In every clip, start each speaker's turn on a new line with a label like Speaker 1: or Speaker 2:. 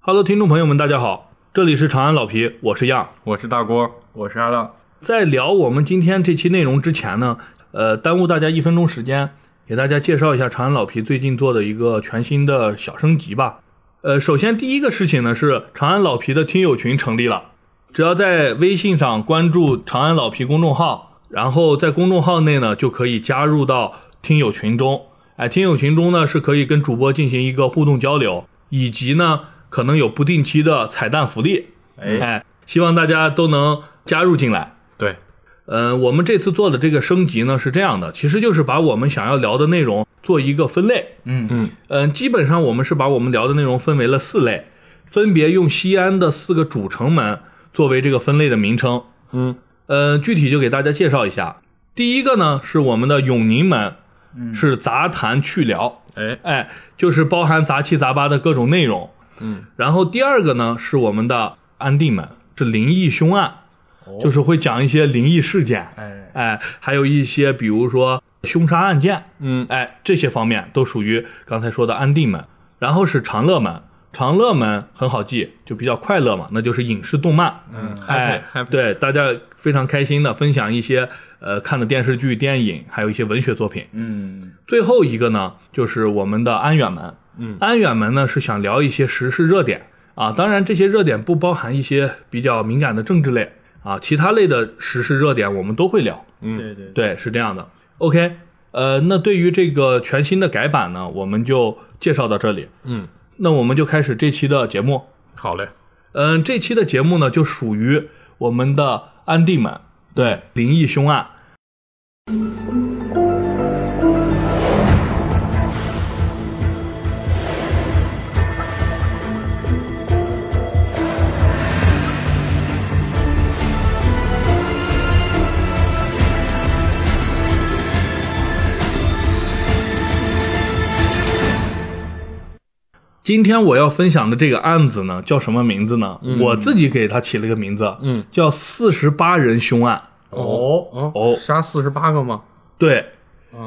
Speaker 1: Hello，听众朋友们，大家好，这里是长安老皮，我是样。
Speaker 2: 我是大郭，我是阿浪。
Speaker 1: 在聊我们今天这期内容之前呢，呃，耽误大家一分钟时间，给大家介绍一下长安老皮最近做的一个全新的小升级吧。呃，首先第一个事情呢是长安老皮的听友群成立了，只要在微信上关注长安老皮公众号，然后在公众号内呢就可以加入到听友群中。哎，听友群中呢是可以跟主播进行一个互动交流，以及呢可能有不定期的彩蛋福利。
Speaker 2: 哎，
Speaker 1: 哎，希望大家都能加入进来。
Speaker 2: 对，
Speaker 1: 呃，我们这次做的这个升级呢是这样的，其实就是把我们想要聊的内容做一个分类。
Speaker 3: 嗯，
Speaker 2: 嗯，
Speaker 1: 嗯、基本上我们是把我们聊的内容分为了四类，分别用西安的四个主城门作为这个分类的名称。
Speaker 2: 嗯，
Speaker 1: 呃，具体就给大家介绍一下。第一个呢是我们的永宁门，
Speaker 2: 嗯
Speaker 1: 是杂谈趣聊，
Speaker 2: 哎，
Speaker 1: 哎，就是包含杂七杂八的各种内容。
Speaker 2: 嗯，
Speaker 1: 然后第二个呢是我们的安定门，是灵异凶案，
Speaker 2: 哦
Speaker 1: 就是会讲一些灵异事件，
Speaker 3: 哎，
Speaker 1: 哎，还有一些比如说凶杀案件，
Speaker 2: 嗯，
Speaker 1: 哎，这些方面都属于刚才说的安定门。然后是长乐门，长乐门很好记，就比较快乐嘛，那就是影视动漫，嗯，哎
Speaker 2: happy，happy，
Speaker 1: 对，大家非常开心的分享一些呃看的电视剧、电影，还有一些文学作品。
Speaker 3: 嗯，
Speaker 1: 最后一个呢，就是我们的安远门。
Speaker 2: 嗯，
Speaker 1: 安远门呢是想聊一些时事热点啊，当然这些热点不包含一些比较敏感的政治类啊，其他类的时事热点我们都会聊。
Speaker 2: 嗯
Speaker 3: 对对，
Speaker 1: 对，是这样的。OK，呃，那对于这个全新的改版呢，我们就介绍到这里。
Speaker 2: 嗯，
Speaker 1: 那我们就开始这期的节目。
Speaker 2: 好嘞，
Speaker 1: 嗯、这期的节目呢，就属于我们的安定门，对，灵异凶案。今天我要分享的这个案子呢，叫什么名字呢？我自己给它起了个名字，啊
Speaker 2: 嗯，
Speaker 1: 叫“四十八人凶案
Speaker 2: 哦
Speaker 1: 哦
Speaker 2: 杀四十八个吗？”。
Speaker 1: 对，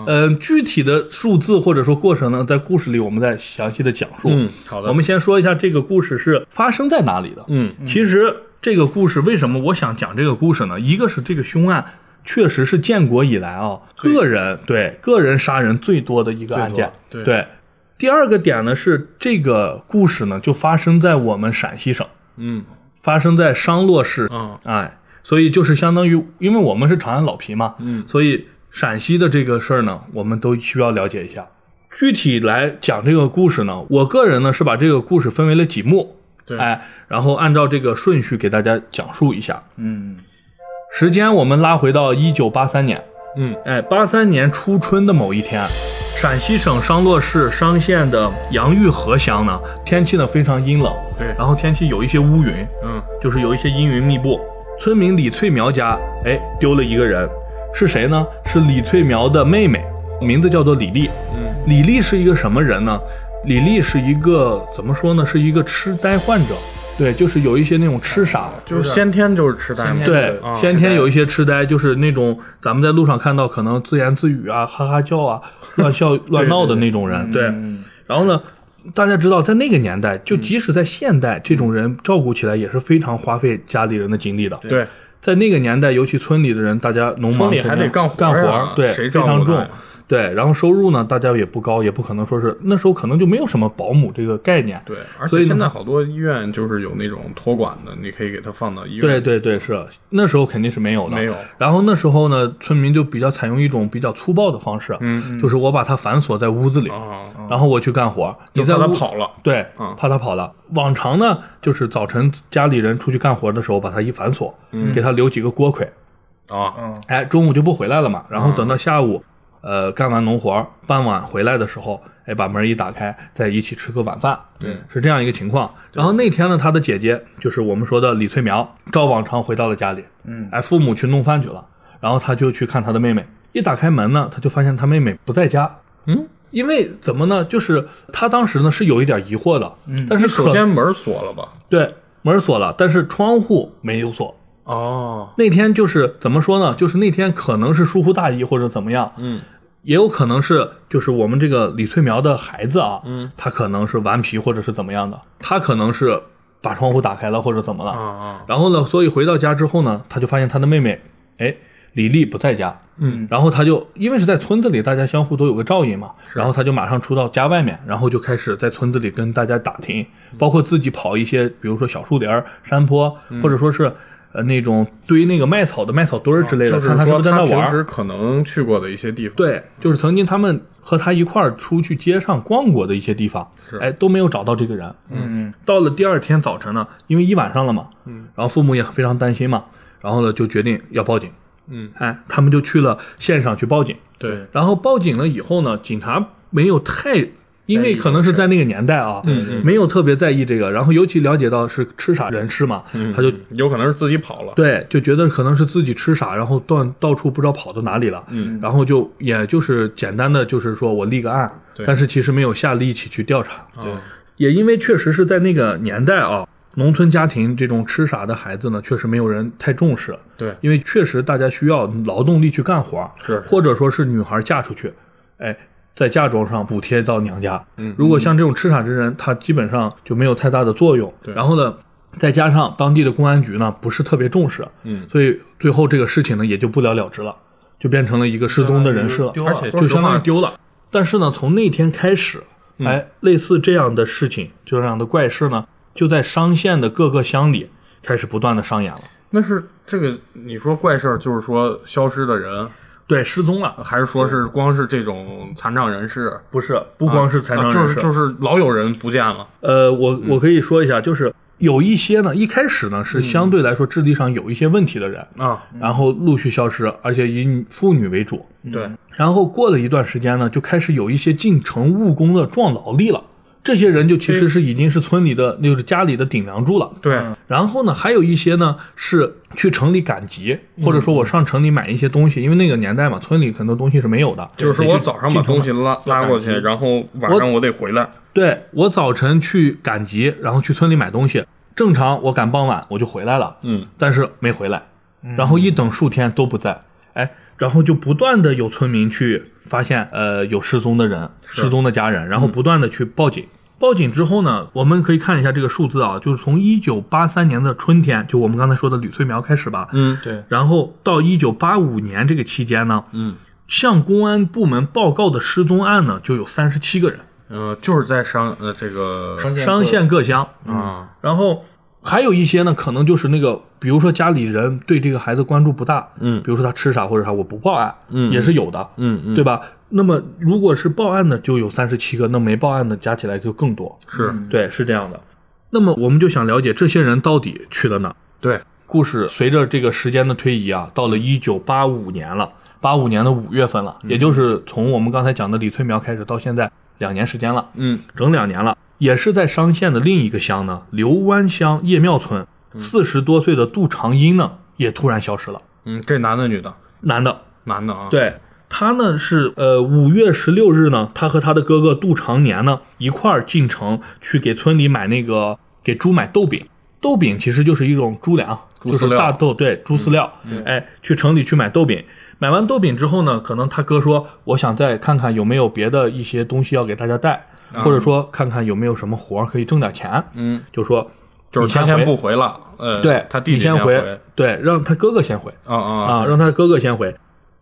Speaker 1: 嗯、具体的数字或者说过程呢，在故事里我们再详细的讲述。
Speaker 2: 嗯好的
Speaker 1: 我们先说一下这个故事是发生在哪里的。
Speaker 2: 嗯，
Speaker 1: 其实这个故事为什么我想讲这个故事呢？一个是这个凶案确实是建国以来啊，个人对个人杀人最多的一个案件。
Speaker 2: 最多对
Speaker 1: 第二个点呢是这个故事呢就发生在我们陕西省，
Speaker 2: 嗯，
Speaker 1: 发生在商洛市。
Speaker 2: 嗯，
Speaker 1: 哎，所以就是相当于，因为我们是长安老皮嘛，
Speaker 2: 嗯
Speaker 1: 所以陕西的这个事儿呢，我们都需要了解一下。具体来讲这个故事呢，我个人呢是把这个故事分为了几幕，
Speaker 2: 对
Speaker 1: 哎，然后按照这个顺序给大家讲述一下。
Speaker 3: 嗯，
Speaker 1: 时间我们拉回到一九八三年，
Speaker 2: 嗯，
Speaker 1: 哎，八三年初春的某一天，陕西省商洛市商县的杨峪河乡呢，天气呢非常阴冷，
Speaker 2: 对
Speaker 1: 然后天气有一些乌云，
Speaker 2: 嗯，
Speaker 1: 就是有一些阴云密布。村民李翠苗家，哎，丢了一个人，是谁呢？是李翠苗的妹妹，名字叫做李丽。
Speaker 2: 嗯，
Speaker 1: 李丽是一个什么人呢？李丽是一个怎么说呢？是一个痴呆患者，对，就是有一些那种痴傻，
Speaker 2: 就是先天就是痴呆嘛。
Speaker 3: 先天
Speaker 1: 对，
Speaker 2: 啊
Speaker 1: 先天有一些痴呆，就是那种咱们在路上看到可能自言自语啊、哈哈叫 啊、乱笑乱闹的那种人。
Speaker 2: 嗯
Speaker 1: 对，然后呢，大家知道，在那个年代，就即使在现代，这种人照顾起来也是非常花费家里人的精力的。
Speaker 2: 对，
Speaker 1: 在那个年代，尤其村里的人，大家农忙，
Speaker 2: 村里还得干活
Speaker 1: 干
Speaker 2: 儿啊
Speaker 1: 活，对，
Speaker 2: 谁
Speaker 1: 非
Speaker 2: 照顾
Speaker 1: 常
Speaker 2: 他
Speaker 1: 重
Speaker 2: 呀。
Speaker 1: 对，然后收入呢，大家也不高，也不可能说是那时候可能就没有什么保姆这个概念。
Speaker 2: 对，而
Speaker 1: 所以
Speaker 2: 且
Speaker 1: 呢
Speaker 2: 现在好多医院就是有那种托管的，你可以给他放到医院。
Speaker 1: 对，对对，是那时候肯定是没有的，
Speaker 2: 没有。
Speaker 1: 然后那时候呢，村民就比较采用一种比较粗暴的方式，嗯，就是我把他反锁在屋子里，
Speaker 2: 啊，
Speaker 1: 然后我去干活，你
Speaker 2: 就
Speaker 1: 在
Speaker 2: 怕他
Speaker 1: 屋
Speaker 2: 跑了。
Speaker 1: 对
Speaker 2: 嗯，
Speaker 1: 怕他跑了。往常呢，就是早晨家里人出去干活的时候，把他一反锁，
Speaker 2: 嗯
Speaker 1: 给他留几个锅盔，
Speaker 2: 啊，
Speaker 3: 嗯，
Speaker 1: 哎，中午就不回来了嘛。然后
Speaker 2: 嗯
Speaker 1: 等到下午，呃，干完农活，傍晚回来的时候，哎，把门一打开，再一起吃个晚饭。
Speaker 2: 对，
Speaker 1: 是这样一个情况。然后那天呢，他的姐姐就是我们说的李翠苗，照往常回到了家里。
Speaker 3: 嗯，
Speaker 1: 哎，父母去弄饭去了，然后他就去看他的妹妹。一打开门呢，他就发现他妹妹不在家。
Speaker 2: 嗯，
Speaker 1: 因为怎么呢？就是他当时呢是有一点疑惑的，嗯，但是可
Speaker 2: 首先门儿锁了吧？
Speaker 1: 对门锁了，但是窗户没有锁。
Speaker 2: 哦，
Speaker 1: 那天就是怎么说呢？就是那天可能是疏忽大意或者怎么样，
Speaker 2: 嗯，
Speaker 1: 也有可能是就是我们这个李翠苗的孩子啊，
Speaker 2: 嗯，
Speaker 1: 他可能是顽皮或者是怎么样的，他可能是把窗户打开了或者怎么了，
Speaker 2: 啊啊，
Speaker 1: 然后呢，所以回到家之后呢，他就发现他的妹妹，哎，李丽不在家。
Speaker 2: 嗯，
Speaker 1: 然后他就因为是在村子里，大家相互都有个照应嘛，然后他就马上出到家外面，然后就开始在村子里跟大家打听，
Speaker 2: 嗯
Speaker 1: 包括自己跑一些，比如说小树林儿、山坡，
Speaker 2: 嗯
Speaker 1: 或者说是呃那种堆那个麦草的麦草堆儿之类的，
Speaker 2: 哦就是
Speaker 1: 看他是不
Speaker 2: 说
Speaker 1: 是在那玩
Speaker 2: 平
Speaker 1: 儿。
Speaker 2: 时可能去过的一些地方，，
Speaker 1: 对，就是曾经他们和他一块儿出去街上逛过的一些地方，哎，都没有找到这个人。
Speaker 3: 嗯，
Speaker 1: 到了第二天早晨呢，因为一晚上了嘛，嗯，然后父母也非常担心嘛，然后呢就决定要报警，
Speaker 2: 嗯，
Speaker 1: 哎，他们就去了县上去报警，
Speaker 2: 对，
Speaker 1: 然后报警了以后呢，警察没有太，因为可能是在那个年代啊，
Speaker 2: 嗯
Speaker 1: 没有特别在意这个，然后尤其了解到是吃啥人吃嘛，他就
Speaker 2: 有可能是自己跑了，
Speaker 1: 对就觉得可能是自己吃啥，然后到到处不知道跑到哪里了，
Speaker 2: 嗯，
Speaker 1: 然后就也就是简单的就是说我立个案，
Speaker 2: 对
Speaker 1: 但是其实没有下力气去调查，
Speaker 2: 对，
Speaker 1: 也因为确实是在那个年代啊，农村家庭这种吃傻的孩子呢，确实没有人太重视，
Speaker 2: 对，
Speaker 1: 因为确实大家需要劳动力去干活，
Speaker 2: 是
Speaker 1: 或者说是女孩嫁出去，哎，在嫁妆上补贴到娘家。
Speaker 2: 嗯
Speaker 1: 如果像这种吃傻之人，他基本上就没有太大的作用。
Speaker 2: 对
Speaker 1: 然后呢，再加上当地的公安局呢不是特别重视，
Speaker 2: 嗯，
Speaker 1: 所以最后这个事情呢也就不了了之了，就变成了一个失踪的人士了。
Speaker 3: 丢
Speaker 2: 而
Speaker 3: 了
Speaker 2: 且
Speaker 1: 就
Speaker 2: 说实
Speaker 1: 相当于
Speaker 2: 话，
Speaker 1: 丢了。但是呢，从那天开始，
Speaker 2: 嗯
Speaker 1: 哎，类似这样的事情，这样的怪事呢，就在商县的各个乡里开始不断的上演了。
Speaker 2: 那是这个你说怪事儿，就是说消失的人，
Speaker 1: 对，失踪了，
Speaker 2: 还是说是光是这种残障人士？
Speaker 1: 不是，不光是残障人士，
Speaker 2: 啊就是嗯就是老有人不见了，
Speaker 1: 呃，我我可以说一下，就是有一些呢，一开始呢是
Speaker 2: 嗯
Speaker 1: 相对来说智力上有一些问题的人，
Speaker 2: 啊，
Speaker 1: 然后陆续消失，而且以妇女为主。
Speaker 2: 对，
Speaker 1: 然后过了一段时间呢，就开始有一些进城务工的壮劳力了。这些人就其实是已经是村里的，就是家里的顶梁柱了。
Speaker 2: 对，
Speaker 1: 然后呢，还有一些呢是去城里赶集，
Speaker 2: 嗯
Speaker 1: 或者说我上城里买一些东西，因为那个年代嘛，村里很多东西是没有的。
Speaker 2: 就是说我早上把东西拉拉过去，
Speaker 3: 赶集
Speaker 2: 然后晚上我得回来，
Speaker 1: 对我早晨去赶集，然后去村里买东西，正常我赶傍晚我就回来了，
Speaker 2: 嗯，
Speaker 1: 但是没回来，然后一等数天都不在，哎，然后就不断的有村民去发现，呃，有失踪的人、失踪的家
Speaker 2: 嗯
Speaker 1: 人，然后不断的去报警。报警之后呢，我们可以看一下这个数字啊，就是从一九八三年的春天，就我们刚才说的吕翠苗开始吧，
Speaker 2: 嗯，
Speaker 3: 对，
Speaker 1: 然后到一九八五年这个期间呢，
Speaker 2: 嗯，
Speaker 1: 向公安部门报告的失踪案呢，就有三十七个人，
Speaker 2: 呃，就是在商呃这个
Speaker 3: 商县
Speaker 1: 商县各乡，
Speaker 2: 啊，
Speaker 1: 然后还有一些呢，可能就是那个，比如说家里人对这个孩子关注不大，
Speaker 2: 嗯
Speaker 1: 比如说他吃啥或者啥，我不报案，嗯，也是有的，
Speaker 2: 嗯嗯，
Speaker 1: 对吧？那么如果是报案的就有三十七个，那没报案的加起来就更多，
Speaker 2: 是
Speaker 1: 对，是这样的。那么我们就想了解这些人到底去了哪？
Speaker 2: 对，
Speaker 1: 故事随着这个时间的推移啊，到了一九八五年了，八五年的五月份了，
Speaker 2: 嗯
Speaker 1: 也就是从我们刚才讲的李翠苗开始到现在两年时间了。
Speaker 2: 嗯，
Speaker 1: 整两年了，也是在商县的另一个乡呢，刘湾乡叶庙村，四十多岁的杜长英呢，也突然消失了，
Speaker 2: 嗯，这男的女的，
Speaker 1: 男的。
Speaker 2: 男的啊，，
Speaker 1: 对他呢是呃五月十六日呢，他和他的哥哥杜长年呢一块儿进城去给村里买那个给猪买豆饼，豆饼其实就是一种猪粮，
Speaker 2: 猪
Speaker 1: 就
Speaker 2: 饲
Speaker 1: 是
Speaker 2: 料嗯
Speaker 1: 大豆对猪饲料，哎，去城里去买豆饼。买完豆饼之后呢，可能他哥说，我想再看看有没有别的一些东西要给大家带，或者说看看有没有什么活儿可以挣点钱，
Speaker 2: 啊嗯，
Speaker 1: 就说
Speaker 2: 就是他
Speaker 1: 你先回
Speaker 2: 不回了，呃，
Speaker 1: 对
Speaker 2: 他弟
Speaker 1: 你
Speaker 2: 弟
Speaker 1: 先
Speaker 2: 回，，
Speaker 1: 对，让他哥哥先回。
Speaker 2: 啊啊
Speaker 1: 啊，让他哥哥先回。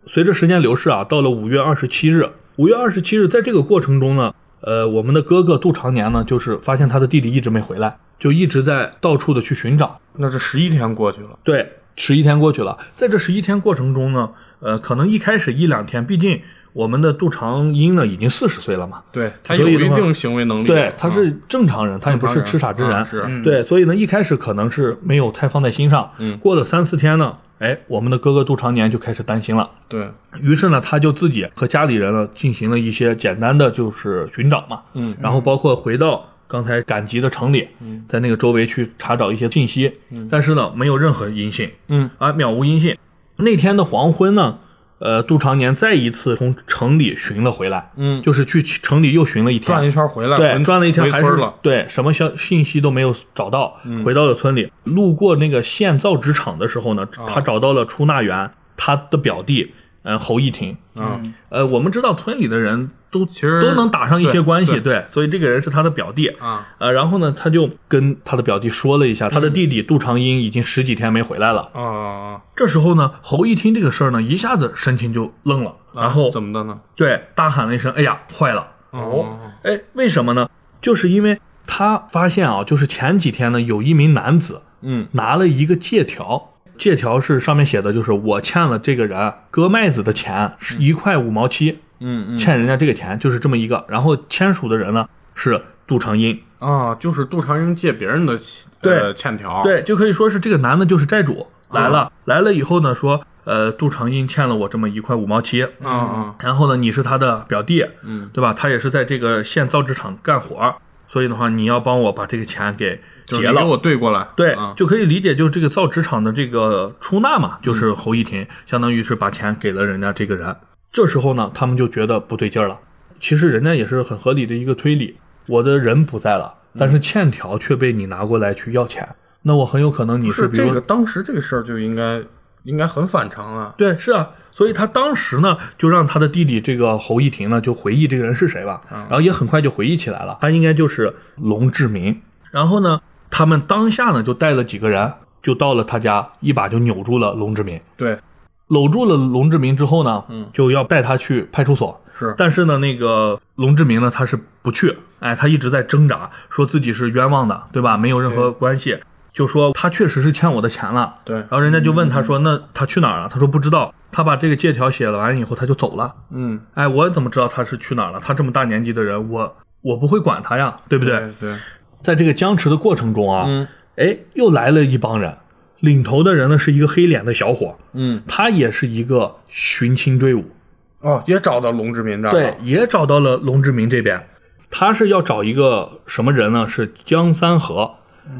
Speaker 1: 随着时间流逝啊，到了五月二十七日，五月二十七日，在这个过程中呢，呃，我们的哥哥杜长年呢，就是发现他的弟弟一直没回来，就一直在到处的去寻找。
Speaker 2: 那这十一天过去了，
Speaker 1: 对，十一天过去了，在这十一天过程中呢，呃，可能一开始一两天，毕竟我们的杜长英呢已经四十岁了嘛，
Speaker 2: 对他
Speaker 1: 所
Speaker 2: 有
Speaker 1: 以的
Speaker 2: 一
Speaker 1: 话
Speaker 2: 定行为能力，
Speaker 1: 对，他
Speaker 2: 啊
Speaker 1: 是正常人，他也不是吃傻之人，
Speaker 2: 啊是
Speaker 3: 嗯
Speaker 1: 对，所以呢，一开始可能是没有太放在心上，
Speaker 2: 嗯
Speaker 1: 过了三四天呢，哎，我们的哥哥杜长年就开始担心了。
Speaker 2: 对，
Speaker 1: 于是呢，他就自己和家里人呢进行了一些简单的就是寻找嘛，
Speaker 2: 嗯
Speaker 1: 然后包括回到刚才赶集的城里，在那个周围去查找一些信息，但是呢，没有任何音信，
Speaker 2: 嗯
Speaker 1: 啊，渺无音信。那天的黄昏呢，呃，杜长年再一次从城里寻了回来，
Speaker 2: 嗯，
Speaker 1: 就是去城里又寻了一
Speaker 2: 转
Speaker 1: 天，
Speaker 2: 一圈回来，
Speaker 1: 对，
Speaker 2: 回
Speaker 1: 转了一圈
Speaker 2: 啊回
Speaker 1: 还
Speaker 2: 村
Speaker 1: 是
Speaker 2: 了，嗯
Speaker 1: 对什么消信息都没有找到，回到了村里。
Speaker 2: 啊
Speaker 1: 路过那个县造纸厂的时候呢，他找到了出纳员他的表弟呃侯义廷。
Speaker 2: 嗯
Speaker 1: 呃，我们知道村里的人都其
Speaker 2: 实
Speaker 1: 都能打上一些
Speaker 2: 对
Speaker 1: 关系，对，所以这个人是他的表弟。
Speaker 2: 啊
Speaker 1: 呃，然后呢，他就跟他的表弟说了一下，他
Speaker 2: 嗯
Speaker 1: 的弟弟杜长英已经十几天没回来了。
Speaker 2: 啊，
Speaker 1: 这时候呢，侯一听这个事儿呢，一下子神情就愣了，然后、
Speaker 2: 啊怎么的呢？
Speaker 1: 对大喊了一声：“哎呀，坏了！”
Speaker 2: 哦，
Speaker 1: 哎，为什么呢？就是因为他发现啊，就是前几天呢，有一名男子
Speaker 2: 嗯
Speaker 1: 拿了一个借条，借条是上面写的就是我欠了这个人割麦子的钱是一块五毛七，
Speaker 2: 嗯嗯
Speaker 1: 欠人家这个钱就是这么一个。然后签署的人呢是杜长英，
Speaker 2: 啊，就是杜长英借别人的欠
Speaker 1: 对
Speaker 2: 呃欠条，
Speaker 1: 对，就可以说是这个男的就是债主来了，
Speaker 2: 哦
Speaker 1: 来了以后呢说，呃，杜长英欠了我这么一块五毛七，
Speaker 2: 啊啊
Speaker 1: 然后呢你是他的表弟，
Speaker 2: 嗯，
Speaker 1: 对吧？他也是在这个县造纸厂干活儿，所以的话你要帮我把这个钱给
Speaker 2: 就是
Speaker 1: 结
Speaker 2: 你给
Speaker 1: 了。
Speaker 2: 我对过来，
Speaker 1: 对，
Speaker 2: 啊嗯
Speaker 1: 就可以理解，就是这个造纸厂的这个出纳嘛，就是侯一婷，相当于是把钱给了人家这个人。这时候呢，他们就觉得不对劲儿了。其实人家也是很合理的一个推理，我的人不在了，但
Speaker 2: 嗯
Speaker 1: 是欠条却被你拿过来去要钱，那我很有可能你
Speaker 2: 是
Speaker 1: 比如
Speaker 2: 这
Speaker 1: 说
Speaker 2: 个当时这个事儿就应该应该很反常啊，
Speaker 1: 对，是啊，所以他当时呢，就让他的弟弟这个侯一婷呢，就回忆这个人是谁吧，
Speaker 2: 嗯
Speaker 1: 然后也很快就回忆起来了，他应该就是龙志明。然后呢，他们当下呢就带了几个人，就到了他家，一把就扭住了龙志明，
Speaker 2: 对，
Speaker 1: 搂住了龙志明之后呢，
Speaker 2: 嗯
Speaker 1: 就要带他去派出所。
Speaker 2: 是
Speaker 1: 但是呢，那个龙志明呢，他是不去，哎，他一直在挣扎，说自己是冤枉的，对吧？没有任何关系，就说他确实是欠我的钱了，
Speaker 2: 对
Speaker 1: 然，后人家就问他说：“那他去哪儿了？”他说：“不知道。”他把这个借条写了完以后，他就走了。
Speaker 2: 嗯，
Speaker 1: 哎，我怎么知道他是去哪儿了？他这么大年纪的人，我我不会管他呀，对不对？
Speaker 2: 对对，
Speaker 1: 在这个僵持的过程中啊，
Speaker 2: 嗯
Speaker 1: 哎，又来了一帮人。领头的人呢是一个黑脸的小伙，
Speaker 2: 嗯，
Speaker 1: 他也是一个寻亲队伍，
Speaker 2: 哦，也找到龙志民这儿
Speaker 1: 对
Speaker 2: 了，，
Speaker 1: 也找到了龙志明这边。他是要找一个什么人呢？是江三河。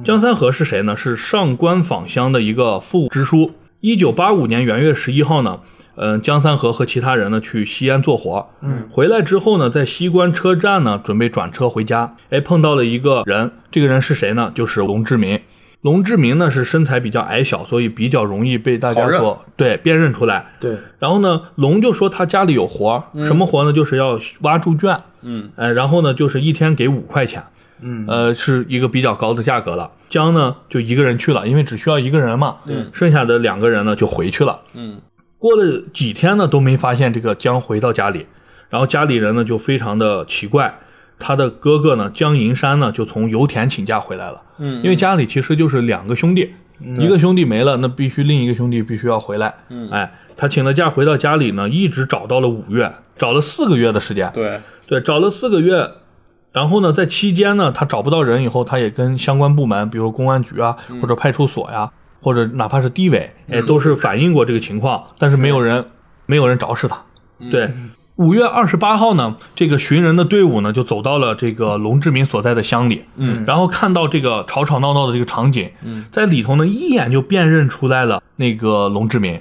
Speaker 1: 江三河是谁呢？是上官访乡的一个副支书。一九八五年元月十一号呢，嗯、江三河和其他人呢去西安做活，嗯，回来之后呢，在西关车站呢准备转车回家，哎，碰到了一个人，这个人是谁呢？就是龙志民。龙志民呢是身材比较矮小，所以比较容易被大家
Speaker 2: 好认
Speaker 1: 所对辨认出来。
Speaker 3: 对，
Speaker 1: 然后呢，龙就说他家里有活儿，什么活儿呢？就是要挖猪圈，
Speaker 2: 嗯，
Speaker 1: 呃，然后呢，就是一天给五块钱，嗯，呃，是一个比较高的价格了。江呢就一个人去了，因为只需要一个人嘛，嗯，剩下的两个人呢就回去了，
Speaker 2: 嗯。
Speaker 1: 过了几天呢，都没发现这个江回到家里，然后家里人呢就非常的奇怪，他的哥哥呢江银山呢就从油田请假回来了，
Speaker 2: 嗯
Speaker 1: 因为家里其实就是两个兄弟，一个兄弟没了，那必须另一个兄弟必须要回来。
Speaker 2: 嗯
Speaker 1: 哎，他请了假回到家里呢，一直找到了五月，找了四个月的时间。
Speaker 2: 对，
Speaker 1: 对，找了四个月，然后呢，在期间呢，他找不到人以后，他也跟相关部门，比如公安局啊，
Speaker 2: 嗯
Speaker 1: 或者派出所呀、或者哪怕是地委，哎，都是反映过这个情况，但是没有人，没有人找死他。
Speaker 2: 嗯
Speaker 1: 对，五月二十八号呢，这个寻人的队伍呢就走到了这个龙志民所在的乡里，嗯，然后看到这个吵吵闹闹的这个场景，嗯，在里头呢一眼就辨认出来了那个龙志民，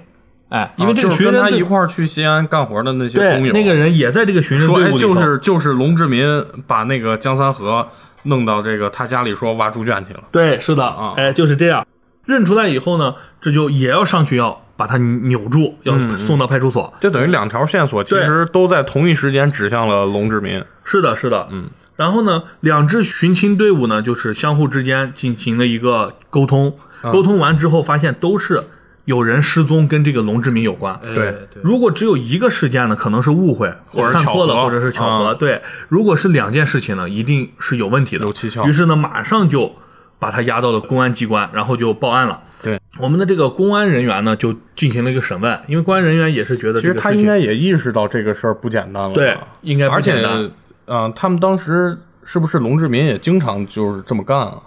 Speaker 1: 哎，因为这个
Speaker 2: 啊就是
Speaker 1: 寻
Speaker 2: 跟
Speaker 1: 人
Speaker 2: 他
Speaker 1: 队
Speaker 2: 一块儿去西安干活的那些
Speaker 1: 对
Speaker 2: 工友，
Speaker 1: 那个人也在这个寻人
Speaker 2: 说，
Speaker 1: 队
Speaker 2: 哎
Speaker 1: 伍，里头，
Speaker 2: 就是就是龙志民把那个江三河弄到这个他家里说挖猪圈去了，
Speaker 1: 对，是的，
Speaker 2: 啊
Speaker 1: 哎，就是这样。认出来以后呢，这就也要上去要把他扭住，要
Speaker 2: 嗯
Speaker 1: 送到派出所。
Speaker 2: 这等于两条线索其实都在同一时间指向了龙志民。
Speaker 1: 是的，是的，
Speaker 2: 嗯。
Speaker 1: 然后呢，两支寻亲队伍呢，就是相互之间进行了一个沟通，
Speaker 2: 啊
Speaker 1: 沟通完之后发现都是有人失踪，跟这个龙志民有关。
Speaker 2: 对
Speaker 3: 哎对，
Speaker 1: 如果只有一个事件呢，可能是误会
Speaker 2: 或者
Speaker 1: 看错了，
Speaker 2: 巧合
Speaker 1: 或者是巧合。
Speaker 2: 啊
Speaker 1: 对，如果是两件事情呢，一定是有问题的，
Speaker 2: 有蹊跷
Speaker 1: 于是呢，马上就把他押到了公安机关，然后就报案了。
Speaker 2: 对，
Speaker 1: 我们的这个公安人员呢，就进行了一个审问，因为公安人员也是觉得
Speaker 2: 其
Speaker 1: 这
Speaker 2: 实
Speaker 1: 个
Speaker 2: 他
Speaker 1: 事
Speaker 2: 应
Speaker 1: 情
Speaker 2: 该也意识到这个事儿不简单了，
Speaker 1: 对，应该不
Speaker 2: 而且
Speaker 1: 简单，
Speaker 2: 嗯、他们当时是不是龙志民也经常就是这么干啊？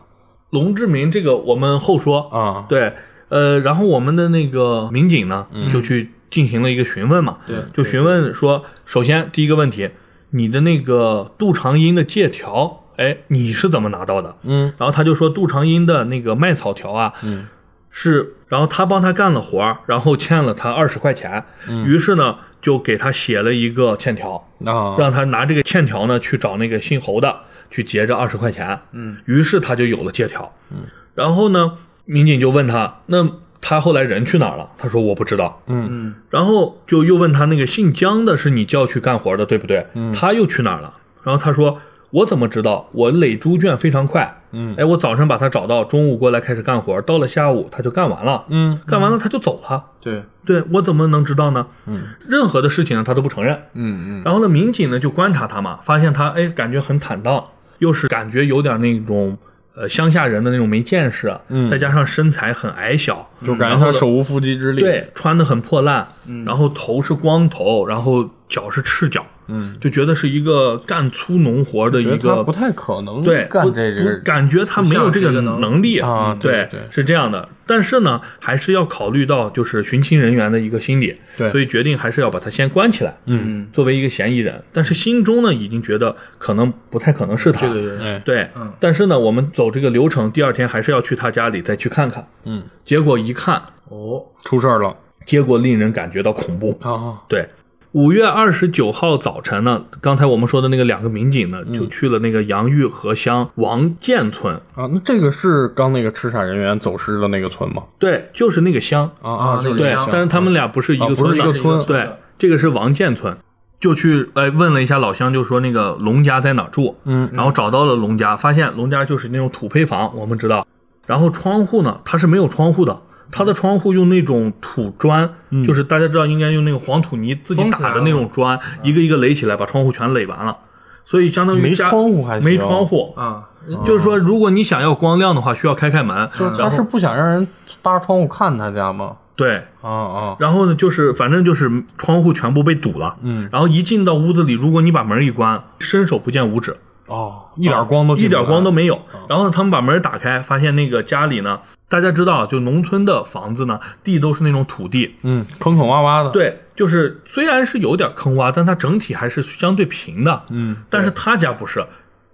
Speaker 1: 龙志明这个我们后说
Speaker 2: 啊，
Speaker 1: 对，呃，然后我们的那个民警呢，就去进行了一个询问嘛，
Speaker 3: 嗯对
Speaker 1: 就询问说，首先第一个问题，你的那个杜长英的借条，哎，你是怎么拿到的？
Speaker 2: 嗯，
Speaker 1: 然后他就说杜长英的那个卖草条啊，嗯，是，然后他帮他干了活儿，然后欠了他二十块钱，
Speaker 3: 嗯
Speaker 1: 于是呢就给他写了一个欠条，
Speaker 2: 啊，
Speaker 1: 让他拿这个欠条呢去找那个姓侯的去结这二十块钱。嗯，于是他就有了借条。嗯，然后呢，民警就问他，那他后来人去哪儿了？他说我不知道。
Speaker 2: 嗯
Speaker 1: 然后就又问他那个姓姜的是你叫去干活的，对不对？
Speaker 2: 嗯
Speaker 1: 他又去哪儿了？然后他说我怎么知道？我垒猪圈非常快。
Speaker 2: 嗯，
Speaker 1: 哎，我早上把他找到，中午过来开始干活，到了下午他就干完了，
Speaker 2: 嗯，
Speaker 1: 干完了他就走了。
Speaker 2: 对，
Speaker 1: 对我怎么能知道呢？嗯，任何的事情呢他都不承认。
Speaker 2: 嗯嗯
Speaker 1: 然后呢，民警呢就观察他嘛，发现他哎，感觉很坦荡，又是感觉有点那种呃乡下人的那种没见识啊，
Speaker 2: 嗯
Speaker 1: 再加上身材很矮小，嗯
Speaker 2: 就感
Speaker 1: 然
Speaker 2: 觉
Speaker 1: 后
Speaker 2: 他
Speaker 1: 呢
Speaker 2: 手无嗯缚鸡之力。，
Speaker 1: 对，穿的很破烂，然后头是光头，然后脚是赤脚，
Speaker 2: 嗯，
Speaker 1: 就觉得是一个干粗农活的
Speaker 2: 觉
Speaker 1: 一
Speaker 2: 得他
Speaker 1: 个
Speaker 2: 不太可能
Speaker 1: 对，
Speaker 2: 干
Speaker 1: 不
Speaker 2: 这
Speaker 1: 不
Speaker 2: 个。
Speaker 1: 感觉他没有这
Speaker 3: 不像是一个能
Speaker 1: 能力
Speaker 2: 啊对
Speaker 1: 对
Speaker 2: 对
Speaker 1: 是这样的。但是呢，还是要考虑到就是寻亲人员的一个心理，
Speaker 2: 对
Speaker 1: 所以决定还是要把他先关起来，
Speaker 2: 嗯，
Speaker 1: 作为一个嫌疑人。但是心中呢，已经觉得可能不太可能是他，
Speaker 3: 这个人
Speaker 2: 哎，
Speaker 1: 对，
Speaker 3: 嗯
Speaker 1: 但是呢，我们走这个流程，第二天还是要去他家里再去看看。
Speaker 2: 嗯，
Speaker 1: 结果一看，
Speaker 3: 哦，
Speaker 2: 出事儿了
Speaker 1: 结果令人感觉到恐怖。
Speaker 2: 啊！
Speaker 1: 对，五月二十九号早晨呢，刚才我们说的那个两个民警呢，
Speaker 3: 嗯
Speaker 1: 就去了那个洋峪河乡王建村，
Speaker 2: 啊，那这个是刚那个痴傻人员走失的那个村吗？
Speaker 1: 对，就是那个乡，
Speaker 2: 啊
Speaker 3: 啊
Speaker 2: 就是
Speaker 3: 那个
Speaker 1: 对
Speaker 3: 乡，
Speaker 1: 但是他们俩不是一
Speaker 2: 啊
Speaker 1: 个
Speaker 2: 不是
Speaker 1: 村
Speaker 2: 一
Speaker 1: 的，
Speaker 2: 个村
Speaker 3: 是一个村
Speaker 1: 对，这个是王建村。就去哎问了一下老乡，就说那个龙家在哪儿住，
Speaker 2: 嗯，
Speaker 1: 然后找到了龙家，发现龙家就是那种土坯房，我们知道。然后窗户呢，它是没有窗户的，它的窗户用那种土砖，
Speaker 2: 嗯
Speaker 1: 就是大家知道应该用那个黄土泥自己
Speaker 3: 封起来
Speaker 1: 打的
Speaker 3: 了嗯
Speaker 1: 那种砖，一个一个垒起来，把窗户全垒完了。所以相当于
Speaker 2: 没
Speaker 1: 家
Speaker 2: 窗户还行
Speaker 1: 没窗户，
Speaker 3: 啊，
Speaker 1: 就是说如果你想要光亮的话，需要开开门。
Speaker 2: 就是他
Speaker 1: 然
Speaker 2: 是
Speaker 1: 后
Speaker 2: 不想让人扒窗户看他家吗？
Speaker 1: 对，
Speaker 2: 啊啊，
Speaker 1: 然后呢，就是反正就是窗户全部被堵了。
Speaker 2: 嗯，
Speaker 1: 然后一进到屋子里，如果你把门一关，伸手不见五指，啊
Speaker 2: 哦，一点光都进
Speaker 1: 一
Speaker 2: 不来啊
Speaker 1: 点光都没有。然后呢，他们把门打开，发现那个家里呢，大家知道，就农村的房子呢，地都是那种土地，
Speaker 2: 嗯，坑坑洼洼的。，
Speaker 1: 对，就是虽然是有点坑洼，但它整体还是相对平的。
Speaker 2: 嗯，
Speaker 1: 但是他家不是，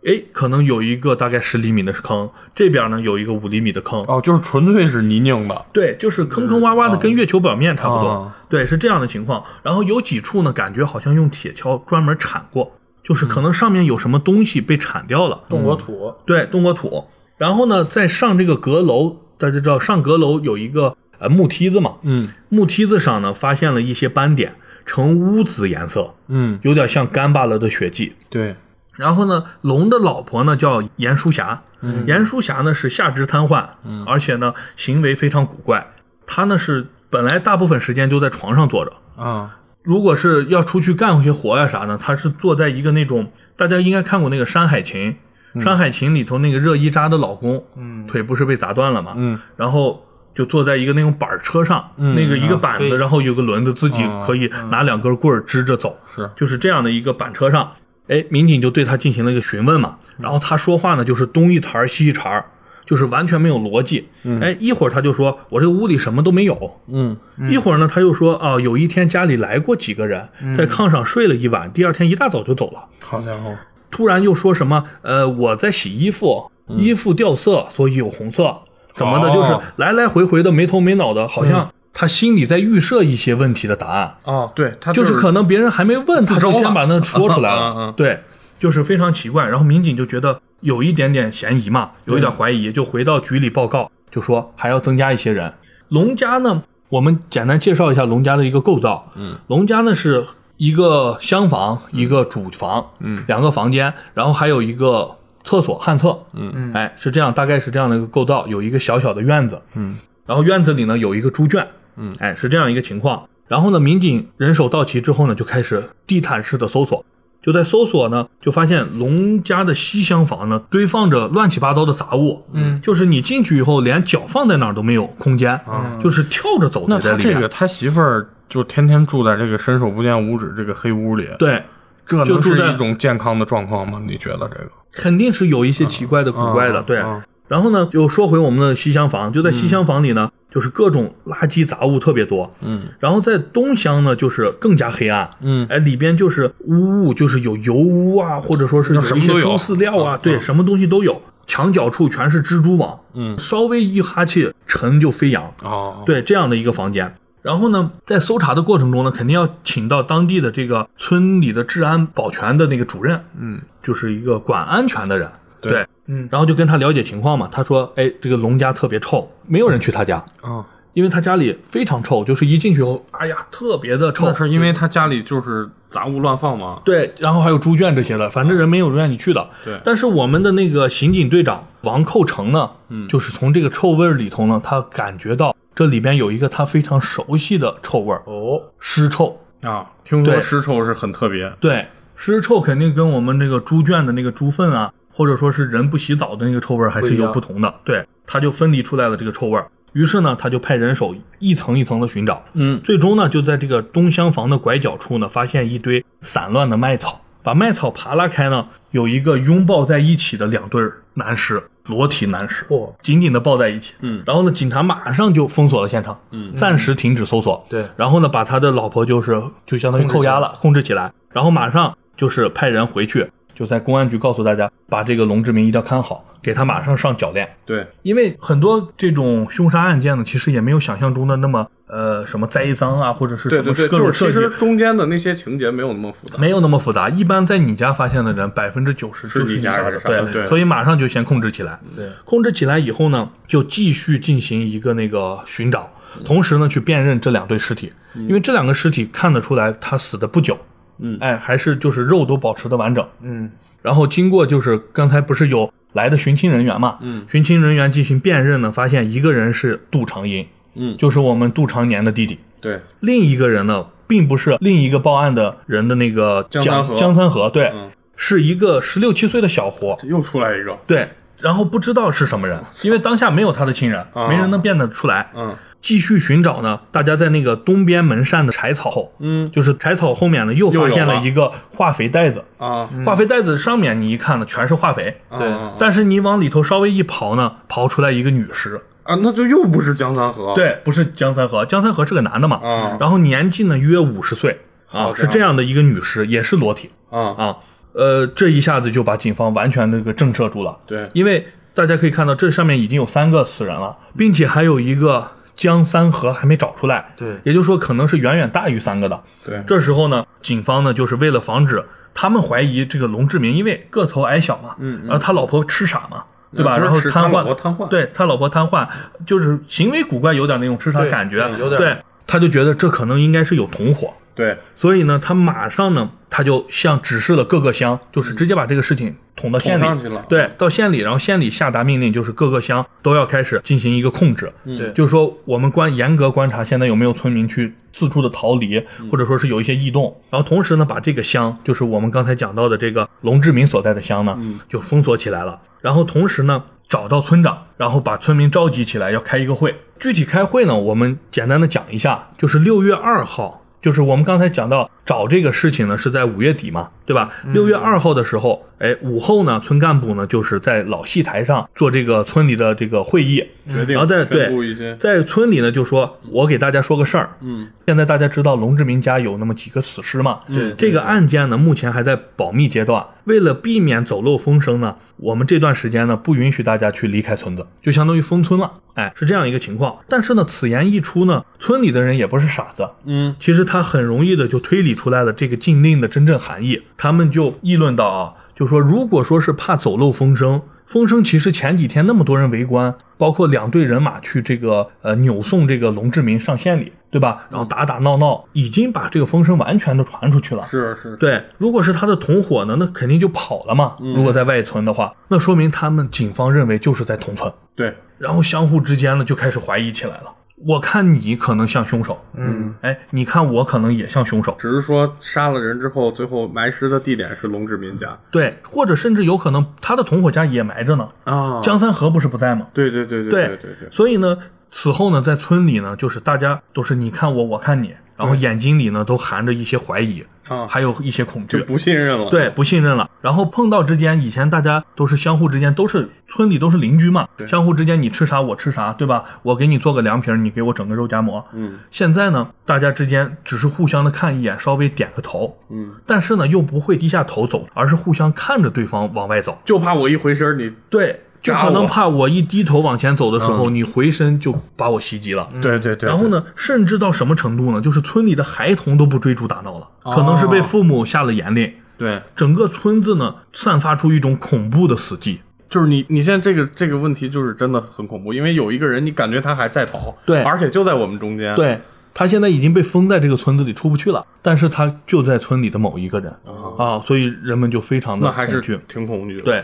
Speaker 1: 哎，可能有一个大概十厘米的坑，这边呢有一个五厘米的坑。
Speaker 2: 哦，就是纯粹是泥泞的。
Speaker 1: 对，就是坑坑洼洼的，跟月球表面差不多。
Speaker 3: 哦
Speaker 2: 啊
Speaker 1: 对，是这样的情况。然后有几处呢，感觉好像用铁锹专门铲过，就是可能上面有什么东西被铲掉了。
Speaker 3: 嗯动过土，
Speaker 1: 对，动过土。然后呢，再上这个阁楼，大家知道上阁楼有一个呃木梯子嘛，
Speaker 2: 嗯
Speaker 1: 木梯子上呢发现了一些斑点，呈乌紫颜色，
Speaker 2: 嗯，
Speaker 1: 有点像干巴了的血迹。
Speaker 2: 对，
Speaker 1: 然后呢，龙的老婆呢叫严淑霞，严淑霞呢是下肢瘫痪，而且呢行为非常古怪。她呢是本来大部分时间就在床上坐着，
Speaker 2: 啊，
Speaker 1: 如果是要出去干些活呀、啥的，他是坐在一个那种大家应该看过那个《山海情》，
Speaker 2: 嗯
Speaker 1: 山海情》里头那个热依扎的老公，
Speaker 3: 嗯
Speaker 1: 腿不是被砸断了嘛，
Speaker 2: 嗯，
Speaker 1: 然后就坐在一个那种板儿车上，
Speaker 2: 嗯
Speaker 1: 那个一个
Speaker 2: 啊
Speaker 1: 板
Speaker 3: 对
Speaker 1: 子，然后有个轮子，自己可以拿两根棍儿支着走，
Speaker 2: 是
Speaker 1: 就是这样的一个板车上，哎，民警就对他进行了一个询问嘛，
Speaker 2: 嗯
Speaker 1: 然后他说话呢就是东一茬儿西一茬儿，就是完全没有逻辑，哎，一会儿他就说我这个屋里什么都没有，
Speaker 2: 嗯
Speaker 1: 一会儿呢，他又说啊，有一天家里来过几个人，
Speaker 2: 嗯
Speaker 1: 在炕上睡了一晚，第二天一大早就走了。
Speaker 2: 好家伙，
Speaker 1: 突然又说什么呃，我在洗衣服，衣服掉色，所以有红色，怎么的，
Speaker 2: 嗯哦嗯
Speaker 1: 就是来来回回的没头没脑的，好像他心里在预设一些问题的答案，
Speaker 2: 哦，对，他
Speaker 1: 就是可能别人还没问，他就
Speaker 2: 招
Speaker 1: 先
Speaker 2: 了
Speaker 1: 把那说出来
Speaker 2: 嗯嗯
Speaker 1: 了
Speaker 2: 嗯，
Speaker 1: 对，就是非常奇怪。然后民警就觉得有一点点嫌疑嘛，有一点怀疑，就回到局里报告，就说还要增加一些人。龙家呢，我们简单介绍一下龙家的一个构造。嗯，龙家呢是一个厢房，一个主房，嗯，两个房间，然后还有一个厕所旱厕，嗯，哎，是这样，大概是这样的一个构造，有一个小小的院子，
Speaker 2: 嗯，
Speaker 1: 然后院子里呢有一个猪圈，
Speaker 2: 嗯，
Speaker 1: 哎，是这样一个情况。然后呢，民警人手到齐之后呢，就开始地毯式的搜索。就在搜索呢，就发现龙家的西厢房呢堆放着乱七八糟的杂物，嗯，就是你进去以后连脚放在哪儿都没有空间，啊，就是跳着走
Speaker 2: 那
Speaker 1: 的
Speaker 2: 他
Speaker 1: 在里
Speaker 2: 这
Speaker 1: 面。
Speaker 2: 个他媳妇儿就天天住在这个伸手不见五指这个黑屋里，
Speaker 1: 对，
Speaker 2: 这
Speaker 1: 就
Speaker 2: 能
Speaker 1: 住
Speaker 2: 是
Speaker 1: 在
Speaker 2: 一种健康的状况吗？你觉得这个？
Speaker 1: 肯定是有一些奇怪的、古怪的，
Speaker 2: 啊
Speaker 1: 对。
Speaker 2: 啊
Speaker 1: 然后呢，就说回我们的西厢房，
Speaker 2: 嗯
Speaker 1: 就在西厢房里呢，就是各种垃圾杂物特别多，
Speaker 2: 嗯
Speaker 1: 然后在东厢呢，就是更加黑暗，
Speaker 2: 嗯
Speaker 1: 哎，里边就是污物，就是有油污啊，或者说是有
Speaker 2: 什么
Speaker 1: 一
Speaker 2: 都
Speaker 1: 些
Speaker 2: 有
Speaker 1: 猪饲料啊，对，什么东西都有。墙角处全是蜘蛛网，
Speaker 2: 嗯，
Speaker 1: 稍微一哈气，尘就飞扬。
Speaker 2: 哦，
Speaker 1: 对，这样的一个房间。然后呢，在搜查的过程中呢，肯定要请到当地的这个村里的治安保全的那个主任，
Speaker 2: 嗯，
Speaker 1: 就是一个管安全的人。
Speaker 2: 对
Speaker 1: 对，
Speaker 3: 嗯
Speaker 1: 然后就跟他了解情况嘛。他说：“哎，这个龙家特别臭，没有人去他家。
Speaker 2: 啊，
Speaker 1: 因为他家里非常臭，就是一进去后，哎呀，特别的臭
Speaker 2: 那。是因为他家里就是杂物乱放嘛。
Speaker 1: 对，然后还有猪圈这些的，反正人没有愿意去的。
Speaker 2: 对
Speaker 1: 但是我们的那个刑警队长王寇成呢，嗯，就是从这个臭味儿里头呢，他感觉到这里边有一个他非常熟悉的臭味儿
Speaker 2: 哦，
Speaker 1: 尸臭。
Speaker 2: 啊，听
Speaker 1: 对
Speaker 2: 说尸臭是很特别。
Speaker 1: 对，尸臭肯定跟我们这个猪圈的那个猪粪啊，或者说是人不洗澡的那个臭味儿还是
Speaker 2: 不一
Speaker 1: 有
Speaker 2: 样
Speaker 1: 不同的。对，他就分离出来了这个臭味儿。于是呢，他就派人手一层一层的寻找，
Speaker 2: 嗯，
Speaker 1: 最终呢，就在这个东厢房的拐角处呢，发现一堆散乱的麦草。把麦草扒拉开呢，有一个拥抱在一起的两对儿男尸，裸体男尸，
Speaker 3: 嚯
Speaker 1: 紧紧的抱在一起。
Speaker 2: 嗯
Speaker 1: 然后呢，警察马上就封锁了现场，
Speaker 2: 嗯
Speaker 1: 暂时停止搜索。
Speaker 3: 对
Speaker 1: 然后呢，把他的老婆就是就相当于扣押了，控制起来，然后马上就是派人回去，就在公安局告诉大家，把这个龙志明一定要看好，给他马上上脚链。
Speaker 2: 对，
Speaker 1: 因为很多这种凶杀案件呢，其实也没有想象中的那么呃什么栽赃啊，或者是
Speaker 2: 对
Speaker 1: 什
Speaker 2: 对
Speaker 1: 么
Speaker 2: 对，
Speaker 1: 各
Speaker 2: 就
Speaker 1: 种
Speaker 2: 是
Speaker 1: 设
Speaker 2: 其
Speaker 1: 计，
Speaker 2: 实中间的那些情节没有那么复杂。
Speaker 1: 没有那么复杂。一般在你家发现的人，百分之九十就是
Speaker 2: 你家
Speaker 1: 杀的，
Speaker 2: 人杀的对
Speaker 1: 所以马上就先控制起来。
Speaker 3: 对，
Speaker 1: 控制起来以后呢，就继续进行一个那个寻找，同时呢去辨认这两对尸体，因为这两个尸体看得出来他死的不久，
Speaker 2: 嗯
Speaker 1: 哎，还是就是肉都保持的完整。
Speaker 3: 嗯，
Speaker 1: 然后经过就是刚才不是有来的寻亲人员嘛，
Speaker 2: 嗯
Speaker 1: 寻亲人员进行辨认呢，发现一个人是杜长银，
Speaker 2: 嗯，
Speaker 1: 就是我们杜长年的弟弟，
Speaker 2: 对，
Speaker 1: 另一个人呢，并不是另一个报案的人的那个
Speaker 2: 江
Speaker 1: 江
Speaker 2: 三河
Speaker 1: 江三河，对，
Speaker 2: 嗯
Speaker 1: 是一个十六七岁的小伙，
Speaker 2: 又出来一个。
Speaker 1: 对，然后不知道是什么
Speaker 2: 哦
Speaker 1: 人，因为当下没有他的亲人，
Speaker 2: 啊
Speaker 1: 没人能辨得出来。
Speaker 2: 嗯
Speaker 1: 继续寻找呢，大家在那个东边门扇的柴草后，
Speaker 2: 嗯
Speaker 1: 就是柴草后面呢又发现
Speaker 2: 又有
Speaker 1: 了
Speaker 2: 了
Speaker 1: 一个化肥袋子，
Speaker 2: 啊，
Speaker 1: 化肥袋子上面你一看呢全是化肥，
Speaker 2: 啊
Speaker 3: 对
Speaker 2: 啊
Speaker 1: 但是你往里头稍微一刨呢，刨出来一个女尸，
Speaker 2: 啊，那就又不是江三河。
Speaker 1: 对，不是江三河，江三河是个男的嘛，
Speaker 2: 啊
Speaker 1: 然后年纪呢约五十岁啊，
Speaker 2: 好
Speaker 1: 是这样的一个女尸，也是裸体
Speaker 2: 啊，
Speaker 1: 啊，呃，这一下子就把警方完全那个震慑住了，
Speaker 2: 对，
Speaker 1: 因为大家可以看到这上面已经有三个死人了，并且还有一个江三河还没找出来，
Speaker 3: 对
Speaker 1: 也就是说可能是远远大于三个的。
Speaker 2: 对，
Speaker 1: 这时候呢，警方呢就是为了防止他们怀疑这个龙志明，因为个头矮小嘛，
Speaker 2: 嗯嗯
Speaker 1: 然后他老婆痴傻嘛。对吧？
Speaker 2: 嗯
Speaker 1: 然后
Speaker 2: 就是
Speaker 1: 瘫
Speaker 2: 他
Speaker 1: 痪
Speaker 2: 老婆瘫痪
Speaker 1: 对他老婆瘫痪，就是行为古怪，有点那种痴傻
Speaker 3: 对
Speaker 1: 感觉，
Speaker 3: 对
Speaker 2: 嗯
Speaker 3: 有点
Speaker 1: 对，他就觉得这可能应该是有同伙，
Speaker 2: 对，
Speaker 1: 所以呢，他马上呢，他就向指示了各个乡，就是直接把这个事情捅到县里
Speaker 2: 捅上去了
Speaker 1: 对，到县里，然后县里下达命令，就是各个乡都要开始进行一个控制。嗯
Speaker 3: 对
Speaker 1: 就是说我们观严格观察现在有没有村民去四处的逃离，或者说是有一些异动。然后同时呢，把这个乡，就是我们刚才讲到的这个龙志明所在的乡呢，就封锁起来了。然后同时呢，找到村长，然后把村民召集起来，要开一个会。具体开会呢，我们简单的讲一下，就是六月二号，就是我们刚才讲到找这个事情呢，是在五月底嘛，对吧？六月二号的时候，哎，午后呢，村干部呢就是在老戏台上做这个村里的这个会议，
Speaker 2: 决定
Speaker 1: 然后再
Speaker 2: 宣
Speaker 1: 啊
Speaker 2: 布
Speaker 1: 对
Speaker 2: 一些，
Speaker 1: 在村里呢就说，我给大家说个事儿，
Speaker 2: 嗯，
Speaker 1: 现在大家知道龙志明家有那么几个死尸嘛，
Speaker 3: 对
Speaker 1: 这个案件呢，目前还在保密阶段。为了避免走漏风声呢，我们这段时间呢，不允许大家去离开村子，就相当于封村了。哎，是这样一个情况。但是呢，此言一出呢，村里的人也不是傻子，
Speaker 2: 嗯，
Speaker 1: 其实他很容易的就推理出来了这个禁令的真正含义。他们就议论到啊，就说如果说是怕走漏风声，风声其实前几天那么多人围观，包括两队人马去这个呃扭送这个龙志明上县里，对吧？然后打打闹闹，已经把这个风声完全都传出去了。
Speaker 2: 是是，
Speaker 1: 对，如果是他的同伙呢，那肯定就跑了嘛。如果在外村的话，那说明他们警方认为就是在同村，
Speaker 2: 对，
Speaker 1: 然后相互之间呢就开始怀疑起来了。我看你可能像凶手，嗯，哎，你看我可能也像凶手，
Speaker 2: 只是说杀了人之后，最后埋尸的地点是龙志民家
Speaker 1: 对，或者甚至有可能他的同伙家也埋着呢。
Speaker 2: 啊
Speaker 1: 江三河不是不在吗？
Speaker 2: 对对对对对对，
Speaker 1: 所以呢，此后呢，在村里呢，就是大家都是你看我，我看你，然后眼睛里呢都含着一些怀疑，
Speaker 2: 啊，
Speaker 1: 还有一些恐惧
Speaker 2: 就，不信任了，
Speaker 1: 对，不信任了。然后碰到之间，以前大家都是相互之间都是村里都是邻居嘛，相互之间你吃啥我吃啥，对吧？我给你做个凉皮儿，你给我整个肉夹馍。
Speaker 2: 嗯
Speaker 1: 现在呢，大家之间只是互相的看一眼，稍微点个头，
Speaker 2: 嗯，
Speaker 1: 但是呢又不会低下头走，而是互相看着对方往外走。
Speaker 2: 就怕我一回身你，
Speaker 1: 对，就
Speaker 2: 扎
Speaker 1: 可能
Speaker 2: 我
Speaker 1: 怕我一低头往前走的时候，你回身就把我袭击了。
Speaker 2: 对对嗯对
Speaker 1: 然后呢，甚至到什么程度呢？就是村里的孩童都不追逐打闹了，
Speaker 2: 哦
Speaker 1: 可能是被父母下了严令。
Speaker 2: 对，
Speaker 1: 整个村子呢散发出一种恐怖的死寂。
Speaker 2: 就是你你现在这个这个问题就是真的很恐怖，因为有一个人你感觉他还在逃，
Speaker 1: 对
Speaker 2: 而且就在我们中间，，
Speaker 1: 对他现在已经被封在这个村子里出不去了，但是他就在村里的某一个人啊，所以人们就非常的
Speaker 2: 哦那还
Speaker 1: 恐
Speaker 2: 是
Speaker 1: 惧。
Speaker 2: 挺恐惧的，哦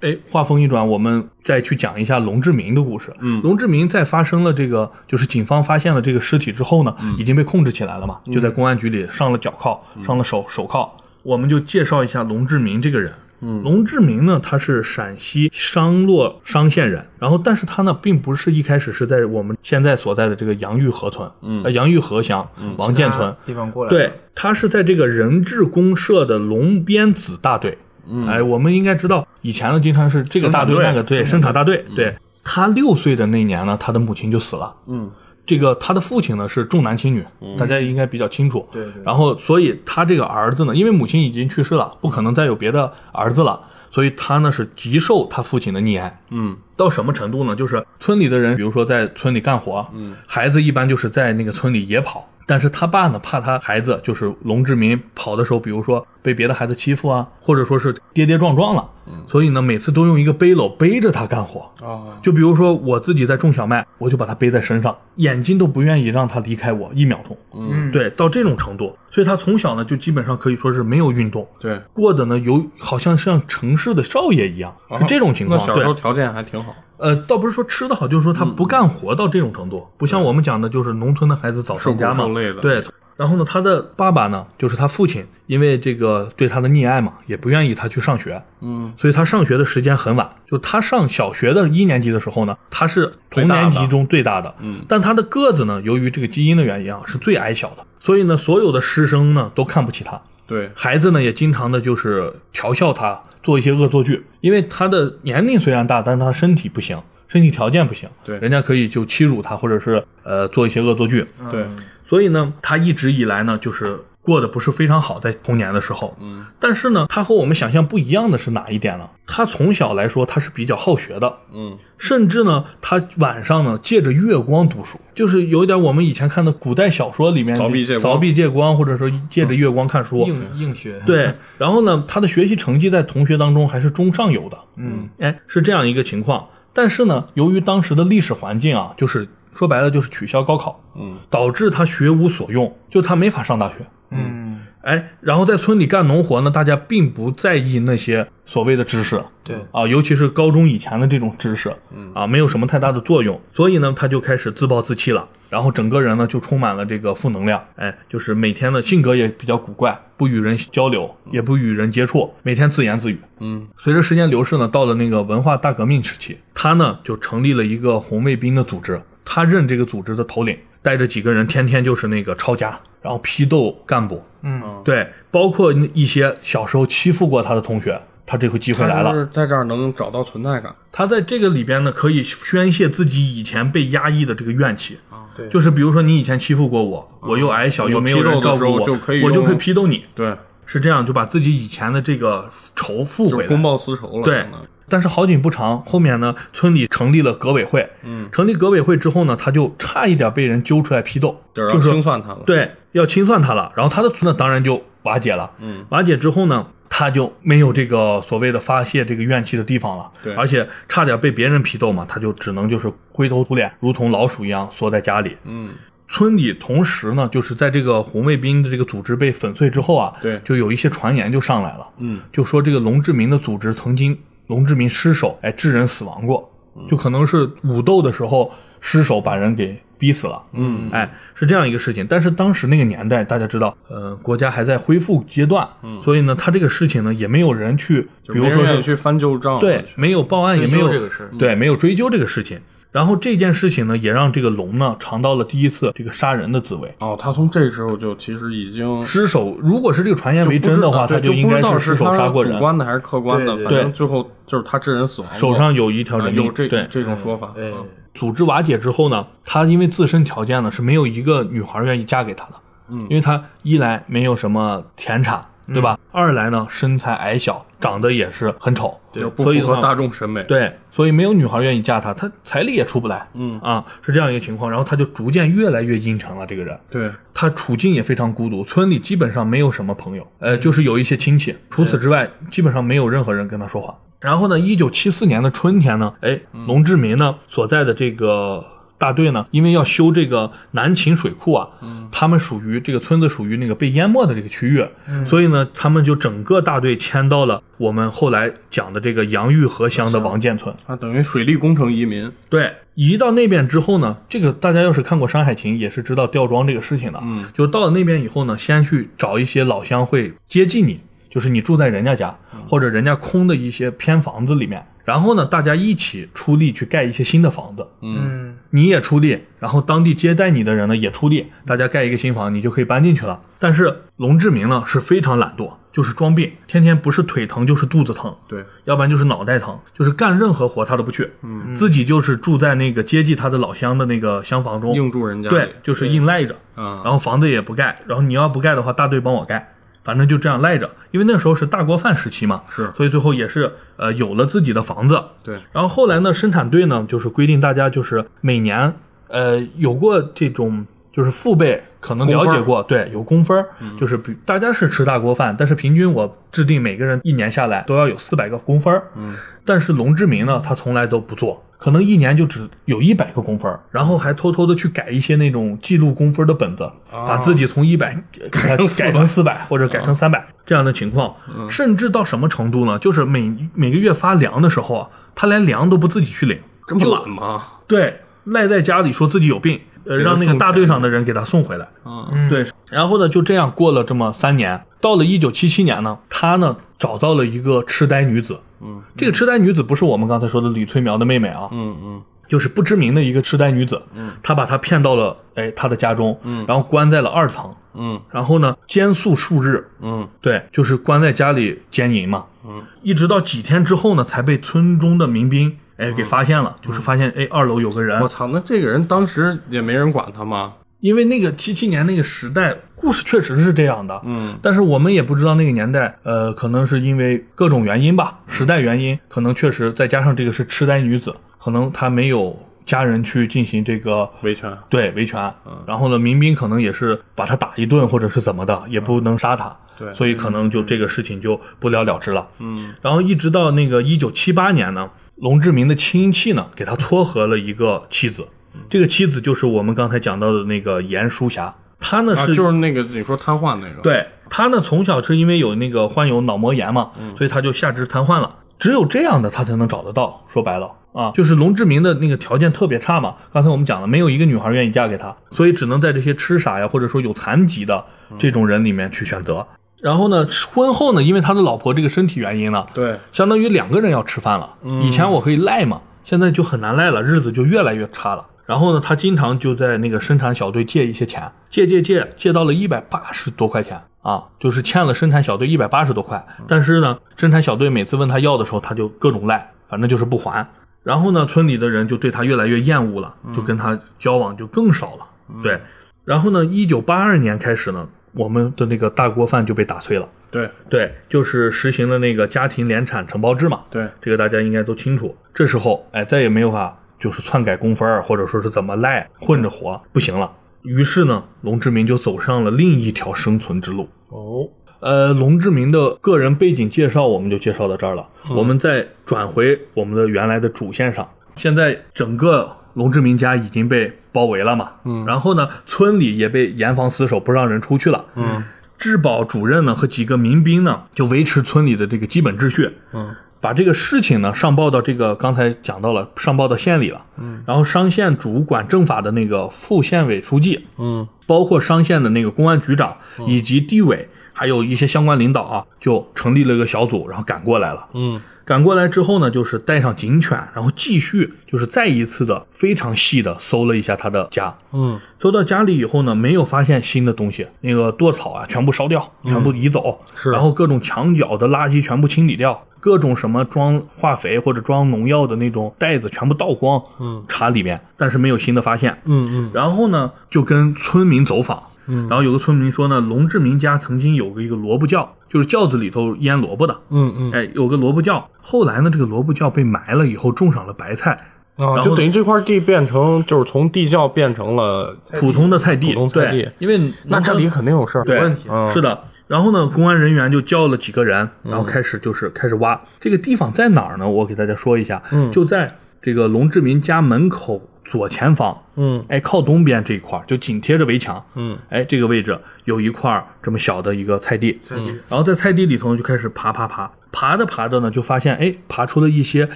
Speaker 1: 对，哎，话锋一转，我们再去讲一下龙志明的故事。嗯，龙志明在发生了这个，就是警方发现了这个尸体之后呢，已经被控制起来了嘛，就在公安局里上了脚铐，上了手手铐。我们就介绍一下龙志明这个人。嗯，龙志明呢，他是陕西商洛商县人，然后但是他呢，并不是一开始是在我们现在所在的这个杨峪河村，嗯，呃、嗯杨峪河乡、王建村，
Speaker 3: 地方过来，
Speaker 1: 对，，他是在这个人质公社的龙边子大队。嗯，哎，我们应该知道，以前呢经常是这个大队
Speaker 2: 生
Speaker 1: 那
Speaker 2: 产队
Speaker 1: 个队，生产大队。对他六岁的那年呢，他的母亲就死了。嗯，这个他的父亲呢是重男轻女，大家应该比较清楚。
Speaker 3: 对对
Speaker 1: 然后，所以他这个儿子呢，因为母亲已经去世了，不可能再有别的儿子了，所以他呢是极受他父亲的溺爱。
Speaker 2: 嗯，
Speaker 1: 到什么程度呢？就是村里的人，比如说在村里干活，嗯，孩子一般就是在那个村里野跑。但是他爸呢，怕他孩子就是龙志民跑的时候，比如说被别的孩子欺负啊，或者说是跌跌撞撞了，嗯，所以呢，每次都用一个背篓背着他干活。
Speaker 2: 啊，
Speaker 1: 就比如说我自己在种小麦，我就把它背在身上，眼睛都不愿意让它离开我一秒钟。
Speaker 3: 嗯，，
Speaker 1: 对，到这种程度，所以他从小呢就基本上可以说是没有运动，
Speaker 2: 对，
Speaker 1: 过的呢有好像像城市的少爷一样，是这种情况。
Speaker 2: 啊那小
Speaker 1: 对
Speaker 2: 时候条件还挺好，
Speaker 1: 呃，倒不是说吃的好，就是说他
Speaker 2: 嗯
Speaker 1: 不干活到这种程度，不像我们讲的，就是农村的孩子早
Speaker 2: 受
Speaker 1: 上
Speaker 2: 苦
Speaker 1: 家嘛
Speaker 2: 受。累的，，
Speaker 1: 对，然后呢，他的爸爸呢，就是他父亲，因为这个对他的溺爱嘛，也不愿意他去上学，
Speaker 2: 嗯，
Speaker 1: 所以他上学的时间很晚。就他上小学的一年级的时候呢，他是同年级中最大的，
Speaker 2: 嗯，
Speaker 1: 但他的个子呢，由于这个基因的原因啊，是最矮小的，所以呢，所有的师生呢都看不起他，
Speaker 2: 对，
Speaker 1: 孩子呢也经常的就是嘲笑他，做一些恶作剧，因为他的年龄虽然大，但他身体不行，身体条件不行，
Speaker 2: 对
Speaker 1: 人家可以就欺辱他，或者是呃做一些恶作剧，
Speaker 2: 对，嗯
Speaker 1: 所以呢，他一直以来呢就是过得不是非常好，在童年的时候，
Speaker 2: 嗯，
Speaker 1: 但是呢，他和我们想象不一样的是哪一点呢？他从小来说他是比较好学的，
Speaker 2: 嗯，
Speaker 1: 甚至呢，他晚上呢借着月光读书，就是有一点我们以前看的古代小说里面
Speaker 2: 凿壁借光
Speaker 1: 凿壁借光，或者说借着月光看书，
Speaker 3: 硬硬学，，
Speaker 1: 对，然后呢，他的学习成绩在同学当中还是中上游的，
Speaker 3: 嗯，
Speaker 1: 哎，是这样一个情况。但是呢，由于当时的历史环境啊，就是说白了就是取消高考，
Speaker 2: 嗯，
Speaker 1: 导致他学无所用，就他没法上大学。
Speaker 3: 嗯，
Speaker 1: 哎，然后在村里干农活呢，大家并不在意那些所谓的知识，
Speaker 3: 对，
Speaker 1: 啊，尤其是高中以前的这种知识，啊，没有什么太大的作用，所以呢，他就开始自暴自弃了，然后整个人呢就充满了这个负能量，哎，就是每天的性格也比较古怪，不与人交流，也不与人接触，每天自言自语。
Speaker 2: 嗯，
Speaker 1: 随着时间流逝呢，到了那个文化大革命时期，他呢就成立了一个红卫兵的组织，他任这个组织的头领，带着几个人，天天就是那个抄家，然后批斗干部，
Speaker 3: 嗯，
Speaker 1: 对，包括一些小时候欺负过他的同学。他这回机会来了
Speaker 2: 他，是在这儿能找到存在感，
Speaker 1: 他在这个里边呢，可以宣泄自己以前被压抑的这个怨气。
Speaker 3: 对，
Speaker 1: 就是比如说，你以前欺负过我，我又矮小
Speaker 2: 啊我
Speaker 1: 又没有
Speaker 2: 批斗
Speaker 1: 人
Speaker 2: 的
Speaker 1: 照
Speaker 2: 时
Speaker 1: 顾
Speaker 2: 候
Speaker 1: 我，
Speaker 2: 就可以
Speaker 1: 我就
Speaker 2: 用
Speaker 1: 可以批斗你，
Speaker 2: 对，
Speaker 1: 是这样，就把自己以前的这个仇复
Speaker 2: 就
Speaker 1: 回
Speaker 2: 是公
Speaker 1: 来。
Speaker 2: 报私仇了，
Speaker 1: 对
Speaker 2: 相当于，
Speaker 1: 但是好景不长，后面呢，村里成立了革委会。
Speaker 2: 嗯，
Speaker 1: 成立革委会之后呢，他就差一点被人揪出来批斗，
Speaker 2: 就
Speaker 1: 就是是说
Speaker 2: 要清算他了，，
Speaker 1: 对，要清算他了。然后他的村呢，当然就瓦解了。
Speaker 2: 嗯，
Speaker 1: 瓦解之后呢，他就没有这个所谓的发泄这个怨气的地方了。
Speaker 2: 对
Speaker 1: 而且差点被别人批斗嘛，他就只能就是灰头土脸，如同老鼠一样缩在家里。
Speaker 2: 嗯，
Speaker 1: 村里同时呢，就是在这个红卫兵的这个组织被粉碎之后啊，
Speaker 2: 对
Speaker 1: 就有一些传言就上来了，
Speaker 2: 嗯，
Speaker 1: 就说这个龙志民的组织曾经龙志民失手，哎，致人死亡过，
Speaker 2: 嗯
Speaker 1: 就可能是武斗的时候失手把人给逼死了，嗯，哎，是这样一个事情。但是当时那个年代，大家知道，呃，国家还在恢复阶段，嗯，所以呢，他这个事情呢，也没有人去，比如说
Speaker 2: 没人愿
Speaker 1: 是
Speaker 2: 意去翻旧账，
Speaker 1: 对，没有报案，也
Speaker 3: 追究
Speaker 1: 没有
Speaker 3: 这个事儿
Speaker 2: 嗯
Speaker 1: 对，没有追究这个事情。然后这件事情呢，也让这个龙呢尝到了第一次这个杀人的滋味。
Speaker 2: 哦，他从这时候就其实已经
Speaker 1: 失手，如果是这个传言为
Speaker 2: 不知
Speaker 1: 真的
Speaker 2: 道
Speaker 1: 话，
Speaker 2: 对
Speaker 1: 他
Speaker 2: 嗯就
Speaker 1: 应该
Speaker 2: 不知道
Speaker 1: 失
Speaker 2: 是
Speaker 1: 手
Speaker 2: 他
Speaker 1: 杀过人
Speaker 2: 主，观的还是客观的，
Speaker 3: 对对
Speaker 2: 反正最后就是他致人死亡过，
Speaker 1: 手上有一条
Speaker 2: 啊
Speaker 1: 人命。
Speaker 2: 有这
Speaker 1: 对，
Speaker 2: 这种说法，啊
Speaker 3: 对，
Speaker 1: 组织瓦解之后呢，他因为自身条件呢是没有一个女孩愿意嫁给他的，嗯，因为他一来没有什么田产，对吧？
Speaker 2: 嗯
Speaker 1: 二来呢身材矮小，长得也是很丑，
Speaker 2: 就不
Speaker 1: 所以的
Speaker 2: 符合
Speaker 1: 话
Speaker 2: 大众审美，
Speaker 1: 对，所以没有女孩愿意嫁他，他彩礼也出不来，
Speaker 2: 嗯
Speaker 1: 啊，是这样一个情况。然后他就逐渐越来越阴沉了，这个人，
Speaker 2: 对，
Speaker 1: 他处境也非常孤独，村里基本上没有什么朋友，呃，就是有一些亲戚，除此之外，基本上没有任何人跟他说话。然后呢，一九七四年的春天呢，哎，龙志民呢所在的这个大队呢，因为要修这个南秦水库啊，他们属于这个村子属于那个被淹没的这个区域，所以呢，他们就整个大队迁到了我们后来讲的这个杨峪河乡的王建村。
Speaker 2: 啊，等于水利工程移民，
Speaker 1: 对，移到那边之后呢，这个大家要是看过《山海情》，也是知道吊庄这个事情的。嗯，就到了那边以后呢，先去找一些老乡会接济你，就是你住在人家家、或者人家空的一些偏房子里面，然后呢，大家一起出力去盖一些新的房子。
Speaker 3: 嗯，
Speaker 1: 你也出力，然后当地接待你的人呢也出力，大家盖一个新房，你就可以搬进去了。但是龙志明呢是非常懒惰，就是装病，天天不是腿疼就是肚子疼，
Speaker 2: 对，
Speaker 1: 要不然就是脑袋疼，就是干任何活他都不去，嗯，自己就是住在那个接济他的老乡的那个厢房中，
Speaker 2: 硬住人家里
Speaker 1: 对，就是硬赖着，
Speaker 2: 啊，
Speaker 1: 然后房子也不盖，然后你要不盖的话，大队帮我盖，反正就这样赖着，因为那时候是大锅饭时期嘛，
Speaker 2: 是
Speaker 1: 所以最后也是呃有了自己的房子，
Speaker 2: 对，
Speaker 1: 然后后来呢，生产队呢就是规定大家就是每年，呃，有过这种就是父辈可能了解过，对，有工分儿，就是比大家是吃大锅饭，但是平均我制定每个人一年下来都要有四百个工分儿，嗯，但是龙志明呢，他从来都不做。可能一年就只有一百个工分儿，然后还偷偷的去改一些那种记录工分儿的本子，把自己从一百改
Speaker 2: 成嗯
Speaker 1: 改成四百或者改成三百这样的情况，甚至到什么程度呢？就是每每个月发粮的时候啊，他连粮都不自己去领，
Speaker 2: 这么懒吗？
Speaker 1: 对，赖在家里说自己有病，呃，
Speaker 2: 给他
Speaker 1: 让那
Speaker 2: 送
Speaker 1: 个
Speaker 2: 钱
Speaker 1: 大队上的人给他送回来。
Speaker 2: 啊，
Speaker 3: 嗯，
Speaker 1: 对，然后呢，就这样过了这么三年，到了一九七七年呢，他呢找到了一个痴呆女子。
Speaker 2: 嗯，
Speaker 1: 这个痴呆女子不是我们刚才说的李翠苗的妹妹啊，
Speaker 2: 嗯嗯，
Speaker 1: 就是不知名的一个痴呆女子。嗯，她把她骗到了哎她的家中，嗯，然后关在了二层，
Speaker 2: 嗯
Speaker 1: 然后呢监宿数日，
Speaker 2: 嗯，
Speaker 1: 对，就是关在家里奸淫嘛。嗯，一直到几天之后呢，才被村中的民兵哎给发现了，就是发现哎二楼有个人
Speaker 2: 嗯我。操，那这个人当时也没人管他吗？
Speaker 1: 因为那个七七年那个时代，故事确实是这样的。
Speaker 2: 嗯，
Speaker 1: 但是我们也不知道那个年代，呃，可能是因为各种原因吧，
Speaker 2: 嗯
Speaker 1: 时代原因，可能确实再加上这个是痴呆女子，可能她没有家人去进行这个
Speaker 2: 维权，嗯
Speaker 1: 对维权，然后呢，民兵可能也是把他打一顿或者是怎么的，也不能杀他，
Speaker 2: 嗯对
Speaker 1: 所以可能就这个事情就不了了之了。
Speaker 2: 嗯，
Speaker 1: 然后一直到那个一九七八年呢，龙志明的亲戚呢给他撮合了一个妻子，
Speaker 2: 嗯
Speaker 1: 这个妻子就是我们刚才讲到的那个严淑霞，她呢
Speaker 2: 啊，
Speaker 1: 是、
Speaker 2: 就是那个你说瘫痪那个，，
Speaker 1: 对她呢从小是因为有那个患有脑膜炎嘛，所以她就下肢瘫痪了，只有这样的她才能找得到，说白了。啊，就是龙志明的那个条件特别差嘛。刚才我们讲了，没有一个女孩愿意嫁给他，所以只能在这些痴傻呀，或者说有残疾的这种人里面去选择。然后呢，婚后呢，因为他的老婆这个身体原因呢，
Speaker 2: 对，
Speaker 1: 相当于两个人要吃饭了。以前我可以赖嘛，现在就很难赖了，日子就越来越差了。然后呢，他经常就在那个生产小队借一些钱，借借借，借到了一百八十多块钱啊，就是欠了生产小队一百八十多块。但是呢，生产小队每次问他要的时候，他就各种赖，反正就是不还。然后呢，村里的人就对他越来越厌恶了，就跟他交往就更少了。对，然后呢，一九八二年开始呢，我们的那个大锅饭就被打碎了。
Speaker 2: 对，
Speaker 1: 对，就是实行了那个家庭联产承包制嘛。
Speaker 2: 对，
Speaker 1: 这个大家应该都清楚。这时候，哎，再也没有法就是篡改工分儿，或者说是怎么赖混着活，不行了。于是呢，龙志明就走上了另一条生存之路。
Speaker 3: 哦，
Speaker 1: 呃，龙志明的个人背景介绍我们就介绍到这儿了，我们再转回我们的原来的主线上。现在整个龙志明家已经被包围了嘛，嗯，然后呢，村里也被严防死守，不让人出去了，嗯。治保主任呢和几个民兵呢，就维持村里的这个基本秩序。嗯，把这个事情呢上报到这个刚才讲到了，上报到县里了。嗯，然后商县主管政法的那个副县委书记，
Speaker 2: 嗯，
Speaker 1: 包括商县的那个公安局长以及地委，还有一些相关领导啊，就成立了一个小组，然后赶过来了。
Speaker 2: 嗯，
Speaker 1: 赶过来之后呢，就是带上警犬，然后继续就是再一次的非常细的搜了一下他的家。
Speaker 2: 嗯，
Speaker 1: 搜到家里以后呢，没有发现新的东西，那个剁草啊全部烧掉，全部移走，
Speaker 2: 嗯是
Speaker 1: 然后各种墙角的垃圾全部清理掉。各种什么装化肥或者装农药的那种袋子全部倒光，嗯，查里面，但是没有新的发现，
Speaker 2: 嗯嗯，
Speaker 1: 然后呢，就跟村民走访。嗯，然后有个村民说呢，龙志明家曾经有个一个萝卜窖，就是窖子里头腌萝卜的。
Speaker 2: 嗯嗯，
Speaker 1: 哎，有个萝卜窖，后来呢，这个萝卜窖被埋了以后，种上了白菜，
Speaker 2: 啊，
Speaker 1: 后
Speaker 2: 就等于这块地变成，就是从地窖变成了，
Speaker 1: 普通的菜地，
Speaker 2: 普通菜地
Speaker 1: 对，因为
Speaker 2: 那这里肯定有事儿，
Speaker 1: 对
Speaker 3: 问题
Speaker 2: 嗯
Speaker 1: 是的。然后呢，公安人员就叫了几个人，然后开始就是开始挖。这个地方在哪儿呢？我给大家说一下，
Speaker 2: 嗯
Speaker 1: 就在这个龙志民家门口左前方，
Speaker 2: 嗯
Speaker 1: 哎，靠东边这一块儿，就紧贴着围墙，
Speaker 2: 嗯，
Speaker 1: 哎，这个位置有一块儿这么小的一个菜地，
Speaker 3: 嗯
Speaker 1: 然后在菜地里头就开始爬爬爬，爬着爬着呢，就发现哎，爬出了一些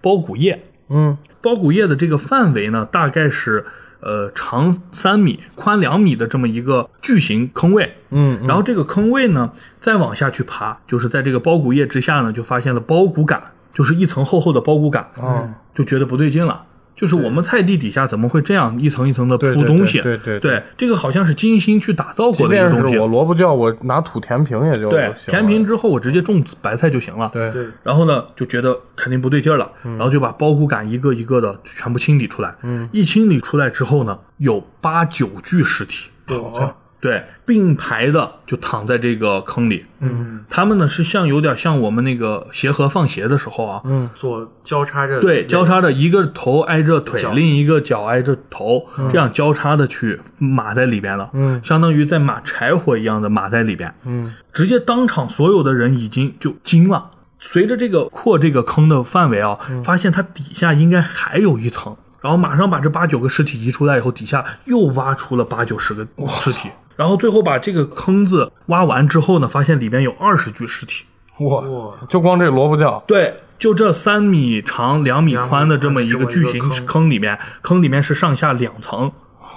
Speaker 1: 苞谷叶。
Speaker 2: 嗯
Speaker 1: 苞谷叶的这个范围呢，大概是呃长三米、宽两米的这么一个巨型坑位。
Speaker 2: 嗯
Speaker 1: 然后这个坑位呢，再往下去爬，就是在这个苞谷叶之下呢，就发现了苞谷杆，就是一层厚厚的苞谷杆，
Speaker 2: 哦
Speaker 1: 就觉得不对劲了。就是我们菜地底下怎么会这样一层一层的
Speaker 2: 对
Speaker 1: 铺
Speaker 2: 对
Speaker 1: 东西？
Speaker 2: 对对对对
Speaker 1: 这个好像是精心去打造
Speaker 2: 即
Speaker 1: 过的一个
Speaker 2: 便
Speaker 1: 东西
Speaker 2: 是。我萝卜窖，我拿土填平也就
Speaker 1: 对，
Speaker 2: 行了
Speaker 1: 填平之后我直接种白菜就行了。
Speaker 2: 对
Speaker 3: 对
Speaker 1: 然后呢，就觉得肯定不对劲儿了，然后就把苞谷杆一个一个的全部清理出来。嗯，一清理出来之后呢，有八九具尸体，
Speaker 3: 好，
Speaker 1: 对，并排的就躺在这个坑里。
Speaker 3: 嗯，
Speaker 1: 他们呢是像有点像我们那个鞋盒放鞋的时候啊，
Speaker 3: 左交叉着
Speaker 1: 对，交叉着一个头挨着腿
Speaker 3: 脚，
Speaker 1: 另一个脚挨着头，这样交叉的去码在里边了。
Speaker 2: 嗯
Speaker 1: 相当于在码柴火一样的码在里边。
Speaker 2: 嗯
Speaker 1: 直接当场所有的人已经就惊了。随着这个扩这个坑的范围啊，发现它底下应该还有一层，然后马上把这八九个尸体移出来以后，底下又挖出了八九十个尸体，然后最后把这个坑子挖完之后呢，发现里边有二十具尸体。
Speaker 2: 哇
Speaker 3: 哇，
Speaker 2: 就光这萝卜 窖，
Speaker 1: 对，就这三米长、两米
Speaker 3: 两米
Speaker 1: 宽的这么
Speaker 3: 宽
Speaker 1: 一
Speaker 3: 这
Speaker 1: 个
Speaker 3: 么一
Speaker 1: 巨
Speaker 3: 个
Speaker 1: 型
Speaker 3: 坑
Speaker 1: 坑里面，坑里面是上下两层，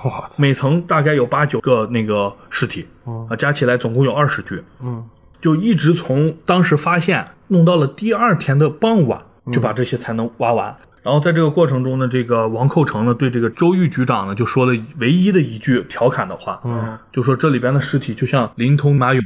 Speaker 2: 我操，
Speaker 1: 每层大概有八九个那个尸体，啊，加起来总共有二十具，
Speaker 2: 嗯，
Speaker 1: 就一直从当时发现弄到了第二天的傍晚，
Speaker 2: 嗯
Speaker 1: 就把这些才能挖完。然后在这个过程中呢，这个王寇成呢对这个周玉局长呢就说了唯一的一句调侃的话，嗯，就说这里边的尸体就像临潼马俑、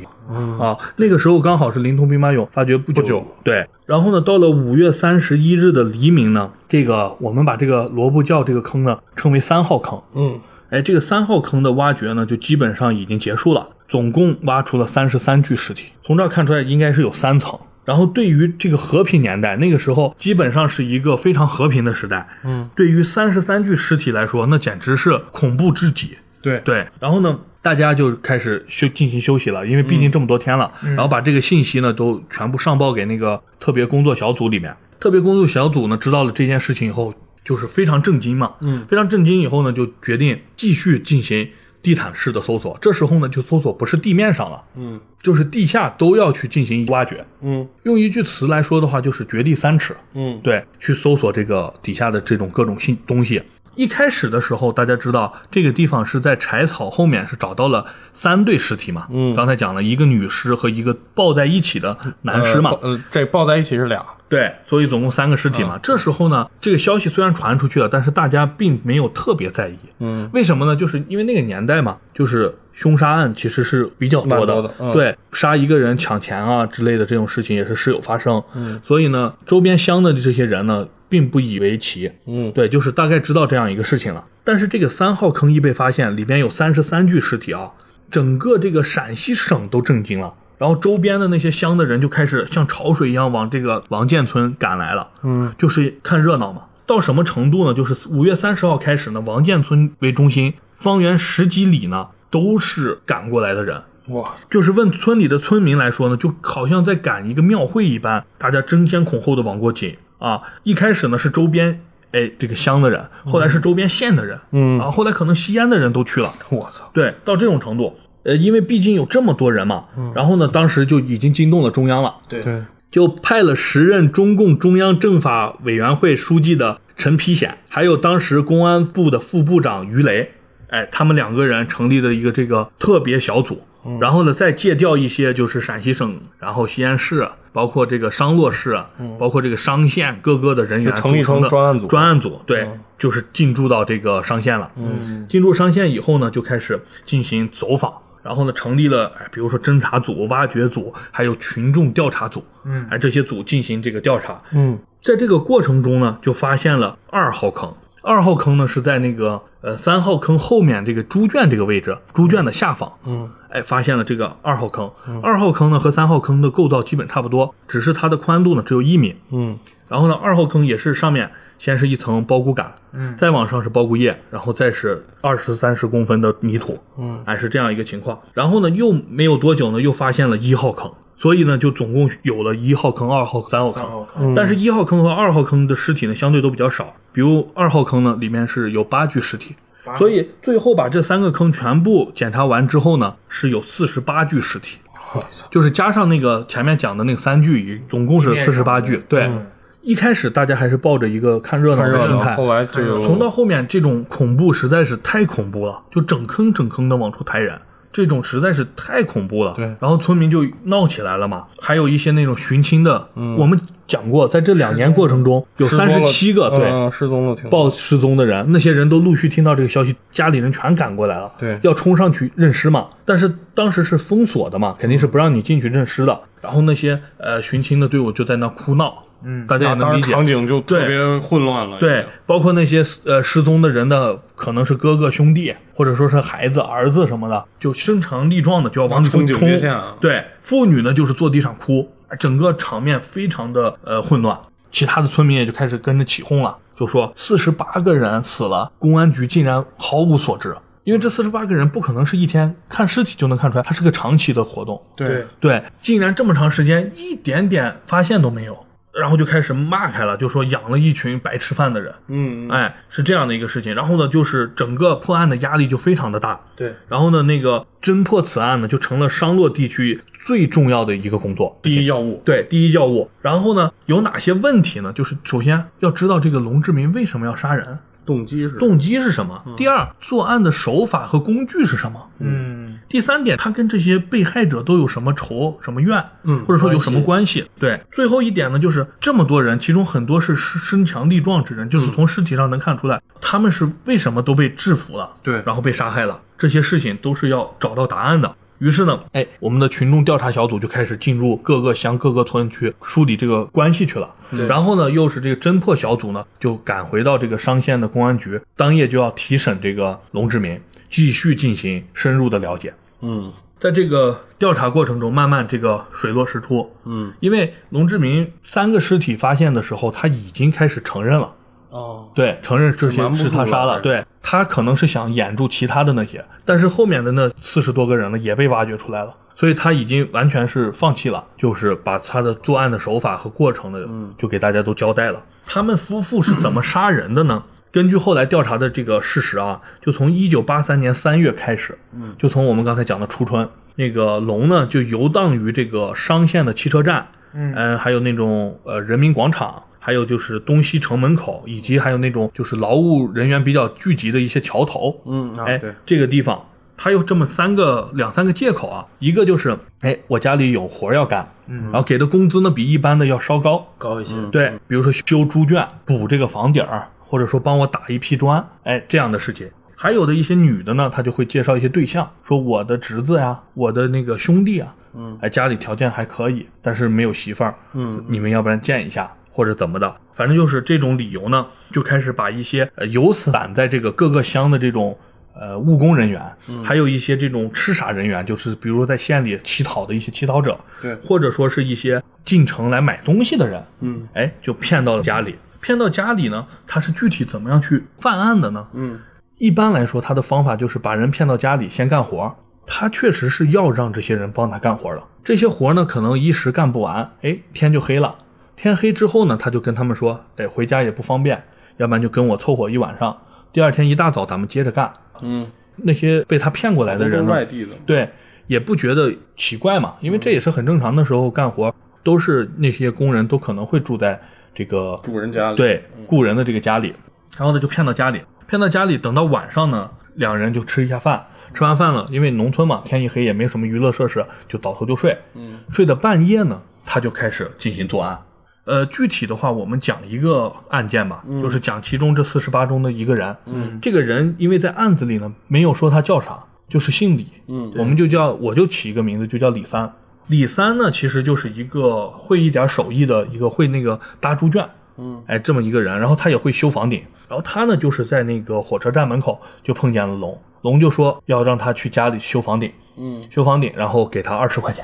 Speaker 1: 啊，那个时候刚好是临潼兵马俑发掘不久，
Speaker 2: 嗯不久
Speaker 1: 对。然后呢，到了五月三十一日的黎明呢，这个我们把这个罗布窖这个坑呢称为三号坑，
Speaker 2: 嗯
Speaker 1: 哎，这个三号坑的挖掘呢，就基本上已经结束了，总共挖出了三十三具尸体。从这儿看出来，应该是有三层。然后对于这个和平年代，那个时候基本上是一个非常和平的时代。
Speaker 2: 嗯，
Speaker 1: 对于三十三具尸体来说，那简直是恐怖至极。
Speaker 2: 对
Speaker 1: 对，然后呢，大家就开始休进行休息了，因为毕竟这么多天了，然后把这个信息呢都全部上报给那个特别工作小组里面。特别工作小组呢知道了这件事情以后，就是非常震惊嘛，嗯，非常震惊以后呢，就决定继续进行地毯式的搜索。这时候呢，就搜索不是地面上了，
Speaker 2: 嗯
Speaker 1: 就是地下都要去进行挖掘。
Speaker 2: 嗯
Speaker 1: 用一句词来说的话，就是掘地三尺。
Speaker 2: 嗯
Speaker 1: 对，去搜索这个底下的这种各种新东西。一开始的时候，大家知道这个地方是在柴草后面是找到了三对尸体嘛？嗯，刚才讲了一个女尸和一个抱在一起的男尸嘛，
Speaker 2: 呃抱呃，嗯这抱在一起是俩，
Speaker 1: 对，所以总共三个尸体嘛。这时候呢，这个消息虽然传出去了，但是大家并没有特别在意。
Speaker 2: 嗯，
Speaker 1: 为什么呢？就是因为那个年代嘛，就是凶杀案其实是比较多
Speaker 2: 蛮
Speaker 1: 的，
Speaker 2: 多的嗯
Speaker 1: 对，杀一个人、抢钱啊之类的这种事情也是时有发生。嗯，所以呢，周边乡的这些人呢，并不以为奇。
Speaker 2: 嗯
Speaker 1: 对，就是大概知道这样一个事情了。但是这个三号坑一被发现，里边有三十三具尸体啊，整个这个陕西省都震惊了。然后周边的那些乡的人就开始像潮水一样往这个王建村赶来了，
Speaker 2: 嗯，
Speaker 1: 就是看热闹嘛。到什么程度呢？就是五月三十号开始呢，王建村为中心，方圆十几里呢都是赶过来的人。
Speaker 2: 哇，
Speaker 1: 就是问村里的村民来说呢，就好像在赶一个庙会一般，大家争先恐后的往过挤啊。一开始呢是周边哎这个乡的人，后来是周边县的人，
Speaker 2: 嗯
Speaker 1: 啊，后来可能西安的人都去了，
Speaker 2: 我操，
Speaker 1: 对，到这种程度。呃，因为毕竟有这么多人嘛，然后呢，当时就已经惊动了中央了，
Speaker 3: 对
Speaker 2: 对，
Speaker 1: 就派了时任中共中央政法委员会书记的陈丕显，还有当时公安部的副部长于雷，哎，他们两个人成立了一个这个特别小组，
Speaker 2: 嗯
Speaker 1: 然后呢，再借调一些就是陕西省，然后西安市，啊包括这个商洛市，啊包括这个商县各个的人员
Speaker 2: 嗯就成立
Speaker 1: 组成的
Speaker 2: 成专案组
Speaker 1: 专案组对，就是进驻到这个商县了。嗯，进驻商县以后呢，就开始进行走访。然后呢，成立了，哎，比如说侦查组、挖掘组，还有群众调查组，嗯，哎，这些组进行这个调查。
Speaker 2: 嗯
Speaker 1: 在这个过程中呢，就发现了二号坑。二号坑呢是在那个呃三号坑后面这个猪圈这个位置，猪圈的下方。
Speaker 2: 嗯，
Speaker 1: 哎，发现了这个二号坑。二号坑呢和三号坑的构造基本差不多，只是它的宽度呢只有一米。
Speaker 2: 嗯
Speaker 1: 然后呢，二号坑也是上面先是一层包谷杆，嗯，再往上是包谷叶，然后再是二十三十公分的泥土，嗯，哎，是这样一个情况。然后呢，又没有多久呢，又发现了一号坑，所以呢，就总共有了一号坑、二号坑、三号坑。但是，一号坑和二号坑的尸体呢，相对都比较少。比如二号坑呢，里面是有八具尸体，所以最后把这三个坑全部检查完之后呢，是有四十八具尸体，就是加上那个前面讲的那三具，总共是四十八
Speaker 2: 嗯
Speaker 1: 具。对，一开始大家还是抱着一个看热闹
Speaker 2: 看热
Speaker 1: 的心
Speaker 2: 闹，
Speaker 1: 态，
Speaker 2: 后来就有
Speaker 1: 从到后面这种恐怖实在是太恐怖了，就整坑整坑的往出抬人，这种实在是太恐怖了。
Speaker 2: 对
Speaker 1: 然后村民就闹起来了嘛，还有一些那种寻亲的，我们讲过，在这两年过程中有
Speaker 2: 失踪
Speaker 1: 三
Speaker 2: 嗯了
Speaker 1: 十七个对、
Speaker 2: 嗯失踪了挺多，
Speaker 1: 报失踪的人，那些人都陆续听到这个消息，家里人全赶过来了，
Speaker 2: 对
Speaker 1: 要冲上去认尸嘛。但是当时是封锁的嘛，肯定是不让你进去认尸的。然后那些呃寻亲的队伍就在那哭闹，嗯，大家也
Speaker 2: 那当
Speaker 1: 能理
Speaker 2: 然
Speaker 1: 解，
Speaker 2: 场景就特别混乱了。
Speaker 1: 对，包括那些呃失踪的人的，可能是哥哥兄弟，或者说是孩子、儿子什么的，就身强力壮的就要往里
Speaker 2: 冲
Speaker 1: 冲
Speaker 2: 警戒线啊
Speaker 1: 对，妇女呢就是坐地上哭，整个场面非常的呃混乱。其他的村民也就开始跟着起哄了，就说四十八个人死了，公安局竟然毫无所知。因为这四十八个人不可能是一天看尸体就能看出来，它是个长期的活动。
Speaker 2: 对
Speaker 3: 对
Speaker 1: 对，竟然这么长时间一点点发现都没有，然后就开始骂开了，就说养了一群白吃饭的人，
Speaker 2: 嗯，
Speaker 1: 哎，是这样的一个事情。然后呢，就是整个破案的压力就非常的大，
Speaker 3: 对，
Speaker 1: 然后呢，那个侦破此案呢，就成了商洛地区最重要的一个工作。
Speaker 2: 第一要务
Speaker 1: 对，第一要务。然后呢，有哪些问题呢？就是首先要知道这个龙志民为什么要杀人，
Speaker 2: 动机是
Speaker 1: 动机是什么。第二，作案的手法和工具是什么。
Speaker 3: 嗯，
Speaker 1: 第三点，他跟这些被害者都有什么仇、什么怨，
Speaker 2: 嗯
Speaker 1: 或者说有什么关系？对。最后一点呢，就是这么多人，其中很多是身身强力壮之人，就是从尸体上能看出来，他们是为什么都被制服了，
Speaker 2: 对
Speaker 1: 然后被杀害了，这些事情都是要找到答案的。于是呢，哎，我们的群众调查小组就开始进入各个乡、各个村去梳理这个关系去了。然后呢，又是这个侦破小组呢，就赶回到这个商县的公安局，当夜就要提审这个龙志民，继续进行深入的了解。
Speaker 2: 嗯
Speaker 1: 在这个调查过程中，慢慢这个水落石出。
Speaker 2: 嗯，
Speaker 1: 因为龙志民三个尸体发现的时候，他已经开始承认了，
Speaker 3: 哦，
Speaker 1: 对，承认这
Speaker 2: 就
Speaker 1: 些
Speaker 2: 瞒不住
Speaker 1: 是他杀
Speaker 2: 了
Speaker 1: 的。对他可能是想掩住其他的那些，但是后面的那四十多个人呢，也被挖掘出来了。所以他已经完全是放弃了，就是把他的作案的手法和过程呢，就给大家都交代了。他们夫妇是怎么杀人的呢？根据后来调查的这个事实啊，就从一九八三年三月开始，嗯，就从我们刚才讲的初春，那个龙呢就游荡于这个商县的汽车站，嗯、还有那种呃人民广场，还有就是东西城门口，以及还有那种就是劳务人员比较聚集的一些桥头，
Speaker 2: 嗯啊
Speaker 1: 哎
Speaker 2: 对，
Speaker 1: 这个地方他有这么三个两三个借口啊，一个就是哎我家里有活儿要干，嗯，然后给的工资呢比一般的要稍高，
Speaker 3: 高一些，
Speaker 1: 对，比如说修猪圈、补这个房顶儿，或者说帮我打一批砖，哎，这样的事情。还有的一些女的呢，她就会介绍一些对象，说我的侄子呀，我的那个兄弟啊，嗯，哎，家里条件还可以，但是没有媳妇儿，嗯，你们要不然见一下，或者怎么的，反正就是这种理由呢，就开始把一些呃有散在这个各个乡的这种呃务工人员，还有一些这种吃傻人员，就是比如在县里乞讨的一些乞讨者，
Speaker 2: 对
Speaker 1: 或者说是一些进城来买东西的人，
Speaker 2: 嗯，
Speaker 1: 哎，就骗到了家里。骗到家里呢，他是具体怎么样去犯案的呢？
Speaker 2: 嗯
Speaker 1: 一般来说，他的方法就是把人骗到家里先干活。他确实是要让这些人帮他干活的，这些活呢可能一时干不完，哎，天就黑了。天黑之后呢，他就跟他们说，哎，回家也不方便，要不然就跟我凑合一晚上，第二天一大早咱们接着干。
Speaker 2: 嗯，
Speaker 1: 那些被他骗过来
Speaker 2: 都
Speaker 1: 的
Speaker 2: 是
Speaker 1: 人呢
Speaker 2: 外，地的嘛，
Speaker 1: 对，也不觉得奇怪嘛，因为这也是很正常的时候干活，都是那些工人都可能会住在这个
Speaker 2: 住人家里，嗯
Speaker 1: 对雇人的这个家里，然后呢就骗到家里，骗到家里，等到晚上呢，两人就吃一下饭，吃完饭了，因为农村嘛，天一黑也没什么娱乐设施，就倒头就睡，
Speaker 2: 嗯，
Speaker 1: 睡到半夜呢，他就开始进行作案。呃，具体的话，我们讲一个案件吧，
Speaker 2: 嗯
Speaker 1: 就是讲其中这四十八中的一个人。嗯，这个人因为在案子里呢，没有说他叫啥，就是姓李。
Speaker 2: 嗯，
Speaker 1: 我们就叫我就起一个名字，就叫李三。李三呢，其实就是一个会一点手艺的一个会那个搭猪圈，
Speaker 2: 嗯，
Speaker 1: 哎，这么一个人，然后他也会修房顶，然后他呢就是在那个火车站门口就碰见了龙，龙就说要让他去家里修房顶，
Speaker 2: 嗯
Speaker 1: 修房顶，然后给他二十块钱，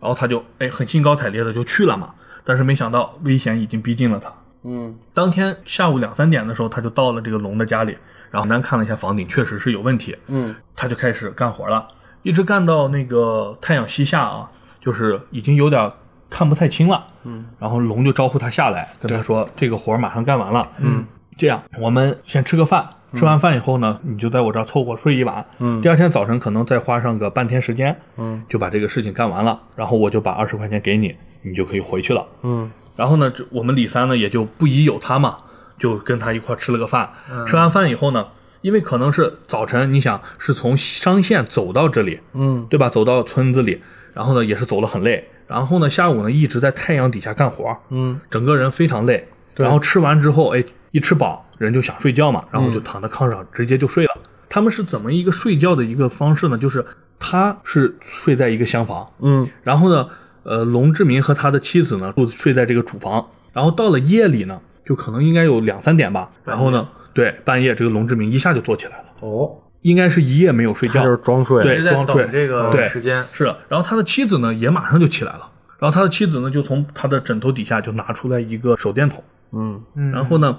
Speaker 1: 然后他就哎很兴高采烈的就去了嘛，但是没想到危险已经逼近了他，
Speaker 2: 嗯
Speaker 1: 当天下午两三点的时候，他就到了这个龙的家里，然后简单看了一下房顶，确实是有问题，
Speaker 2: 嗯
Speaker 1: 他就开始干活了，一直干到那个太阳西下啊，就是已经有点看不太清了。嗯，然后龙就招呼他下来，跟他说这个活儿马上干完了。嗯，这样我们先吃个饭，吃完饭以后呢，你就在我这儿凑合睡一晚。嗯，第二天早晨可能再花上个半天时间，
Speaker 2: 嗯，
Speaker 1: 就把这个事情干完了，然后我就把二十块钱给你，你就可以回去了。
Speaker 2: 嗯
Speaker 1: 然后呢，这我们李三呢也就不疑有他嘛，就跟他一块儿吃了个饭。吃完饭以后呢，因为可能是早晨，你想是从商县走到这里，
Speaker 2: 嗯
Speaker 1: 对吧？走到村子里，然后呢也是走了很累。然后呢，下午呢一直在太阳底下干活，
Speaker 2: 嗯
Speaker 1: 整个人非常累。然后吃完之后，哎，一吃饱人就想睡觉嘛，然后就躺在炕上直接就睡了。他们是怎么一个睡觉的一个方式呢？就是他是睡在一个厢房，
Speaker 2: 嗯
Speaker 1: 然后呢，呃，龙志民和他的妻子呢住睡在这个主房。然后到了夜里呢，就可能应该有两三点吧。然后呢，对，半夜这个龙志民一下就坐起来了，
Speaker 3: 哦，
Speaker 1: 应应该是一夜没有睡
Speaker 2: 他
Speaker 1: 觉
Speaker 2: 就。是装睡，
Speaker 1: 对
Speaker 3: 一直在
Speaker 1: 装睡
Speaker 3: 等这个
Speaker 1: 对
Speaker 3: 时间，
Speaker 1: 是，然后他的妻子呢也马上就起来了。然后他的妻子呢就从他的枕头底下就拿出来一个手电筒，
Speaker 2: 嗯
Speaker 3: 嗯
Speaker 1: 然后呢，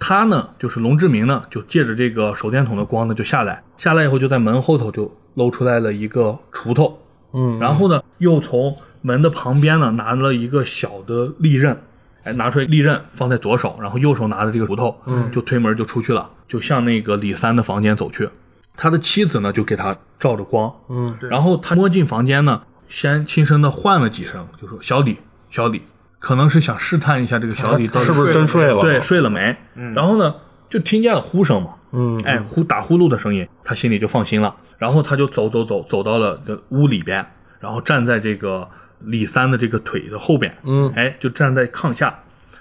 Speaker 1: 他呢就是龙志明呢就借着这个手电筒的光呢就下来，下来以后就在门后头就露出来了一个锄头，
Speaker 2: 嗯
Speaker 1: 然后呢，又从门的旁边呢拿了一个小的利刃，哎，拿出来利刃放在左手，然后右手拿着这个锄头，嗯，就推门就出去了，就向那个李三的房间走去。他的妻子呢，就给他照着光，
Speaker 2: 嗯
Speaker 1: 然后他摸进房间呢，先轻声的唤了几声，就说：“小李，小李。”可能是想试探一下这个小李到底
Speaker 2: 是不是真睡了？
Speaker 1: 对，睡了没？然后呢，就听见了呼声嘛，
Speaker 2: 嗯
Speaker 1: 哎，呼打呼噜的声音，他心里就放心了。然后他就走走走，走到了这屋里边，然后站在这个李三的这个腿的后边，
Speaker 2: 嗯
Speaker 1: 哎，就站在炕下，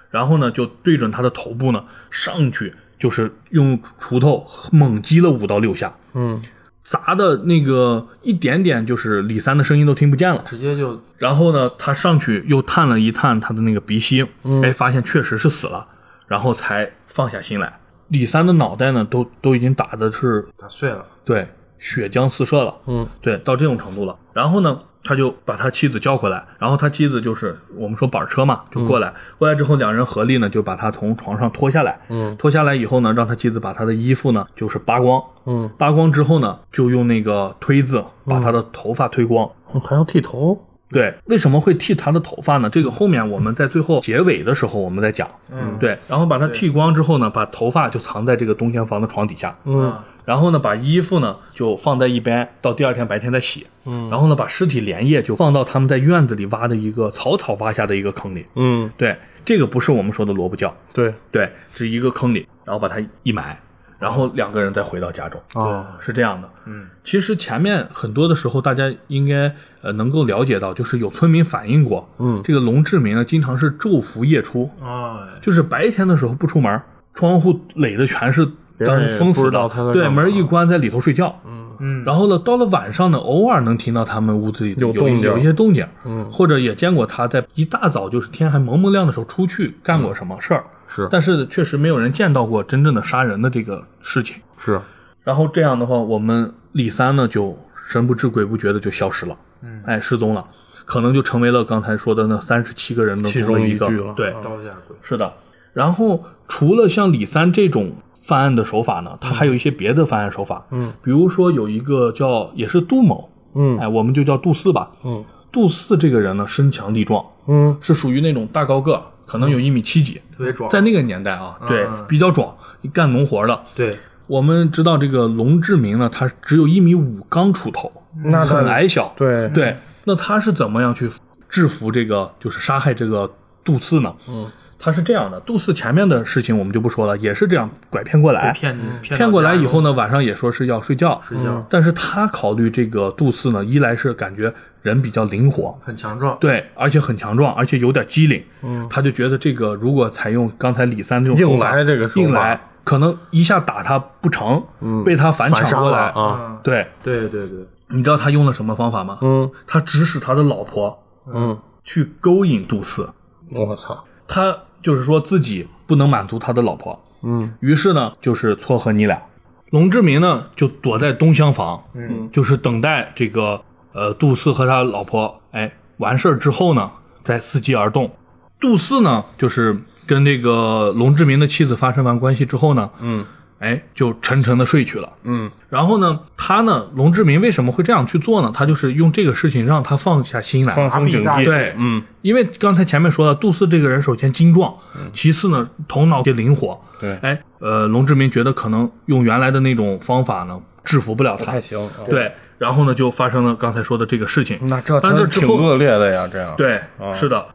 Speaker 1: 然后呢，就对准他的头部呢上去，就是用锄头猛击了五到六下，
Speaker 2: 嗯
Speaker 1: 砸的那个一点点，就是李三的声音都听不见了。
Speaker 3: 直接就
Speaker 1: 然后呢，他上去又探了一探他的那个鼻息，哎，发现确实是死了，然后才放下心来。李三的脑袋呢，都都已经打的是
Speaker 3: 打碎了，
Speaker 1: 对血浆四射了，
Speaker 2: 嗯
Speaker 1: 对，到这种程度了。然后呢，他就把他妻子叫回来，然后他妻子就是我们说板车嘛，就过
Speaker 2: 嗯
Speaker 1: 来，过来之后两人合力呢，就把他从床上拖下来，
Speaker 2: 嗯
Speaker 1: 拖下来以后呢，让他妻子把他的衣服呢就是扒光，
Speaker 2: 嗯，
Speaker 1: 扒光之后呢，就用那个推子把他的头发推光，
Speaker 2: 还要剃头？
Speaker 1: 对，为什么会剃他的头发呢？这个后面我们在最后结尾的时候我们再讲。
Speaker 3: 嗯
Speaker 1: 对，然后把它剃光之后呢，把头发就藏在这个东厢房的床底下，
Speaker 2: 嗯
Speaker 3: 啊
Speaker 1: 然后呢，把衣服呢就放在一边，到第二天白天再洗。嗯，然后呢，把尸体连夜就放到他们在院子里挖的一个草草挖下的一个坑里。
Speaker 2: 嗯，
Speaker 1: 对，这个不是我们说的萝卜窖，
Speaker 2: 对
Speaker 1: 对，是一个坑里，然后把它一埋，然后两个人再回到家中。
Speaker 2: 啊，
Speaker 1: 是这样的，哦嗯，其实前面很多的时候，大家应该呃能够了解到，就是有村民反映过，
Speaker 2: 嗯
Speaker 1: 这个龙志民呢，经常是昼伏夜出，
Speaker 3: 哎，
Speaker 1: 就是白天的时候不出门，窗户垒的全是
Speaker 2: 别
Speaker 1: 当
Speaker 2: 人也
Speaker 1: 封
Speaker 2: 不
Speaker 1: 死
Speaker 2: 知道
Speaker 1: 的
Speaker 2: 他在，
Speaker 1: 对，
Speaker 2: 干嘛
Speaker 1: 门一关在里头睡觉，
Speaker 3: 嗯，
Speaker 1: 然后呢，到了晚上呢，偶尔能听到他们屋子里
Speaker 2: 有
Speaker 1: 有
Speaker 2: 动
Speaker 1: 一
Speaker 2: 静
Speaker 1: 有一些动静，
Speaker 2: 嗯
Speaker 1: 或者也见过他在一大早就是天还蒙蒙亮的时候出去干过什么事儿，
Speaker 2: 嗯是
Speaker 1: 但是确实没有人见到过真正的杀人的这个事情。
Speaker 2: 是，
Speaker 1: 然后这样的话，我们李三呢就神不知鬼不觉的就消失了，嗯，哎，失踪了，可能就成为了刚才说的那三十七个人的
Speaker 2: 其中
Speaker 1: 一个
Speaker 2: 一具了嗯
Speaker 1: 对，
Speaker 3: 刀下鬼，
Speaker 1: 是的。然后除了像李三这种犯案的手法呢，他还有一些别的犯案手法，嗯，比如说有一个叫也是杜某，
Speaker 2: 嗯
Speaker 1: 哎，我们就叫杜四吧，
Speaker 2: 嗯
Speaker 1: 杜四这个人呢身强力壮，
Speaker 2: 嗯
Speaker 1: 是属于那种大高个儿，可能有一米七几，
Speaker 3: 嗯特别壮，
Speaker 1: 在那个年代啊，对
Speaker 3: 嗯，
Speaker 1: 比较壮，干农活的，
Speaker 3: 对，
Speaker 1: 我们知道这个龙志明呢，他只有一米五刚出头，
Speaker 2: 那
Speaker 1: 很矮小。
Speaker 2: 对
Speaker 1: 对，那他是怎么样去制服这个，就是杀害这个杜四呢？嗯，他是这样的，杜四前面的事情我们就不说了，也是这样拐骗过来，
Speaker 3: 骗你骗
Speaker 1: 骗过来以后
Speaker 3: 呢，
Speaker 1: 呢，晚上也说是要睡觉，
Speaker 3: 睡觉
Speaker 1: 但是他考虑这个杜四呢，一来是感觉人比较灵活，
Speaker 3: 很强壮，
Speaker 1: 对，而且很强壮，而且有点机灵。嗯，他就觉得这个如果采用刚才李三这种
Speaker 2: 硬
Speaker 1: 手法
Speaker 2: 来这个手法嗯
Speaker 1: 硬来，可能一下打他不成，被他反
Speaker 2: 反
Speaker 1: 抢
Speaker 2: 杀
Speaker 1: 过
Speaker 2: 了
Speaker 1: 来。
Speaker 2: 啊，
Speaker 3: 嗯，
Speaker 1: 对，
Speaker 3: 对对对，
Speaker 1: 你知道他用了什么方法吗？
Speaker 2: 嗯
Speaker 1: 他指使他的老婆
Speaker 2: 嗯，
Speaker 1: 去勾引杜四，
Speaker 2: 我操，
Speaker 1: 他就是说自己不能满足他的老婆，
Speaker 2: 嗯
Speaker 1: 于是呢就是撮合你俩。龙志明呢就躲在东厢房，
Speaker 3: 嗯，
Speaker 1: 就是等待这个呃杜四和他老婆哎完事儿之后呢，再伺机而动。杜四呢，就是跟这个龙志民的妻子发生完关系之后呢，
Speaker 2: 嗯
Speaker 1: 哎，就沉沉的睡去了。
Speaker 2: 嗯
Speaker 1: 然后呢，他呢，龙志民为什么会这样去做呢？他就是用这个事情让他放下心来，
Speaker 2: 放松警
Speaker 3: 麻痹大
Speaker 2: 惕，
Speaker 3: 意
Speaker 1: 对
Speaker 2: 嗯
Speaker 1: 因为刚才前面说了，杜四这个人首先精壮，其次呢头脑也灵活。
Speaker 2: 嗯对
Speaker 1: 哎，呃，龙志民觉得可能用原来的那种方法呢制服不了
Speaker 2: 不
Speaker 1: 他
Speaker 2: 太，行，啊，
Speaker 1: 对，然后呢就发生了刚才说的这个事情。
Speaker 2: 那这
Speaker 1: 但是
Speaker 2: 真
Speaker 1: 之
Speaker 2: 挺
Speaker 1: 后
Speaker 2: 恶劣的呀，这样，
Speaker 1: 对，
Speaker 2: 啊
Speaker 1: 是的。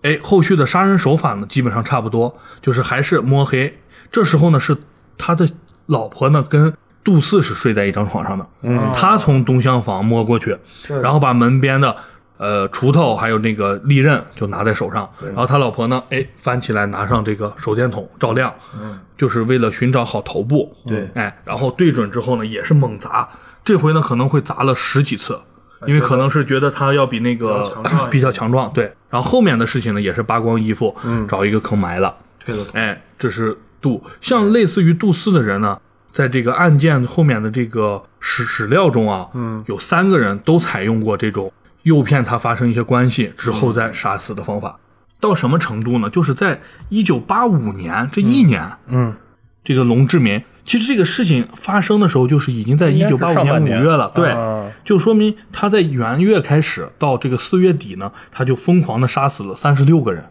Speaker 1: 哎，后续的杀人手法呢，基本上差不多，就是还是摸黑。这时候呢，是他的老婆呢跟杜四是睡在一张床上的，
Speaker 2: 嗯
Speaker 1: 他从东厢房摸过去，
Speaker 3: 是
Speaker 1: 然后把门边的呃锄头还有那个利刃就拿在手上，然后他老婆呢，哎，翻起来拿上这个手电筒照亮，
Speaker 3: 嗯，
Speaker 1: 就是为了寻找好头部，
Speaker 3: 对
Speaker 1: 哎，然后对准之后呢，也是猛砸，这回呢可能会砸了十几次，因为可能是觉得他要比那个
Speaker 3: 哎比较强壮
Speaker 1: 比较强壮，
Speaker 3: 一些
Speaker 1: 对。然后后面的事情呢，也是扒光衣服，
Speaker 3: 嗯
Speaker 1: 找一个坑埋了，
Speaker 3: 推了推，
Speaker 1: 哎，这是杜，像类似于杜四的人呢，在这个案件后面的这个史史料中啊，嗯，有三个人都采用过这种诱骗他发生一些关系之后
Speaker 3: 嗯
Speaker 1: 再杀死的方法，到什么程度呢？就是在一九八五年这一年，
Speaker 2: 嗯，
Speaker 1: 这个龙志民，其实这个事情发生的时候就是已经在一
Speaker 2: 应该
Speaker 1: 九
Speaker 2: 是
Speaker 1: 八五
Speaker 2: 上
Speaker 1: 年
Speaker 2: 半
Speaker 1: 五
Speaker 2: 年
Speaker 1: 月了，对，
Speaker 2: 啊
Speaker 1: 就说明他在元月开始到这个四月底呢，他就疯狂的杀死了三十六个人，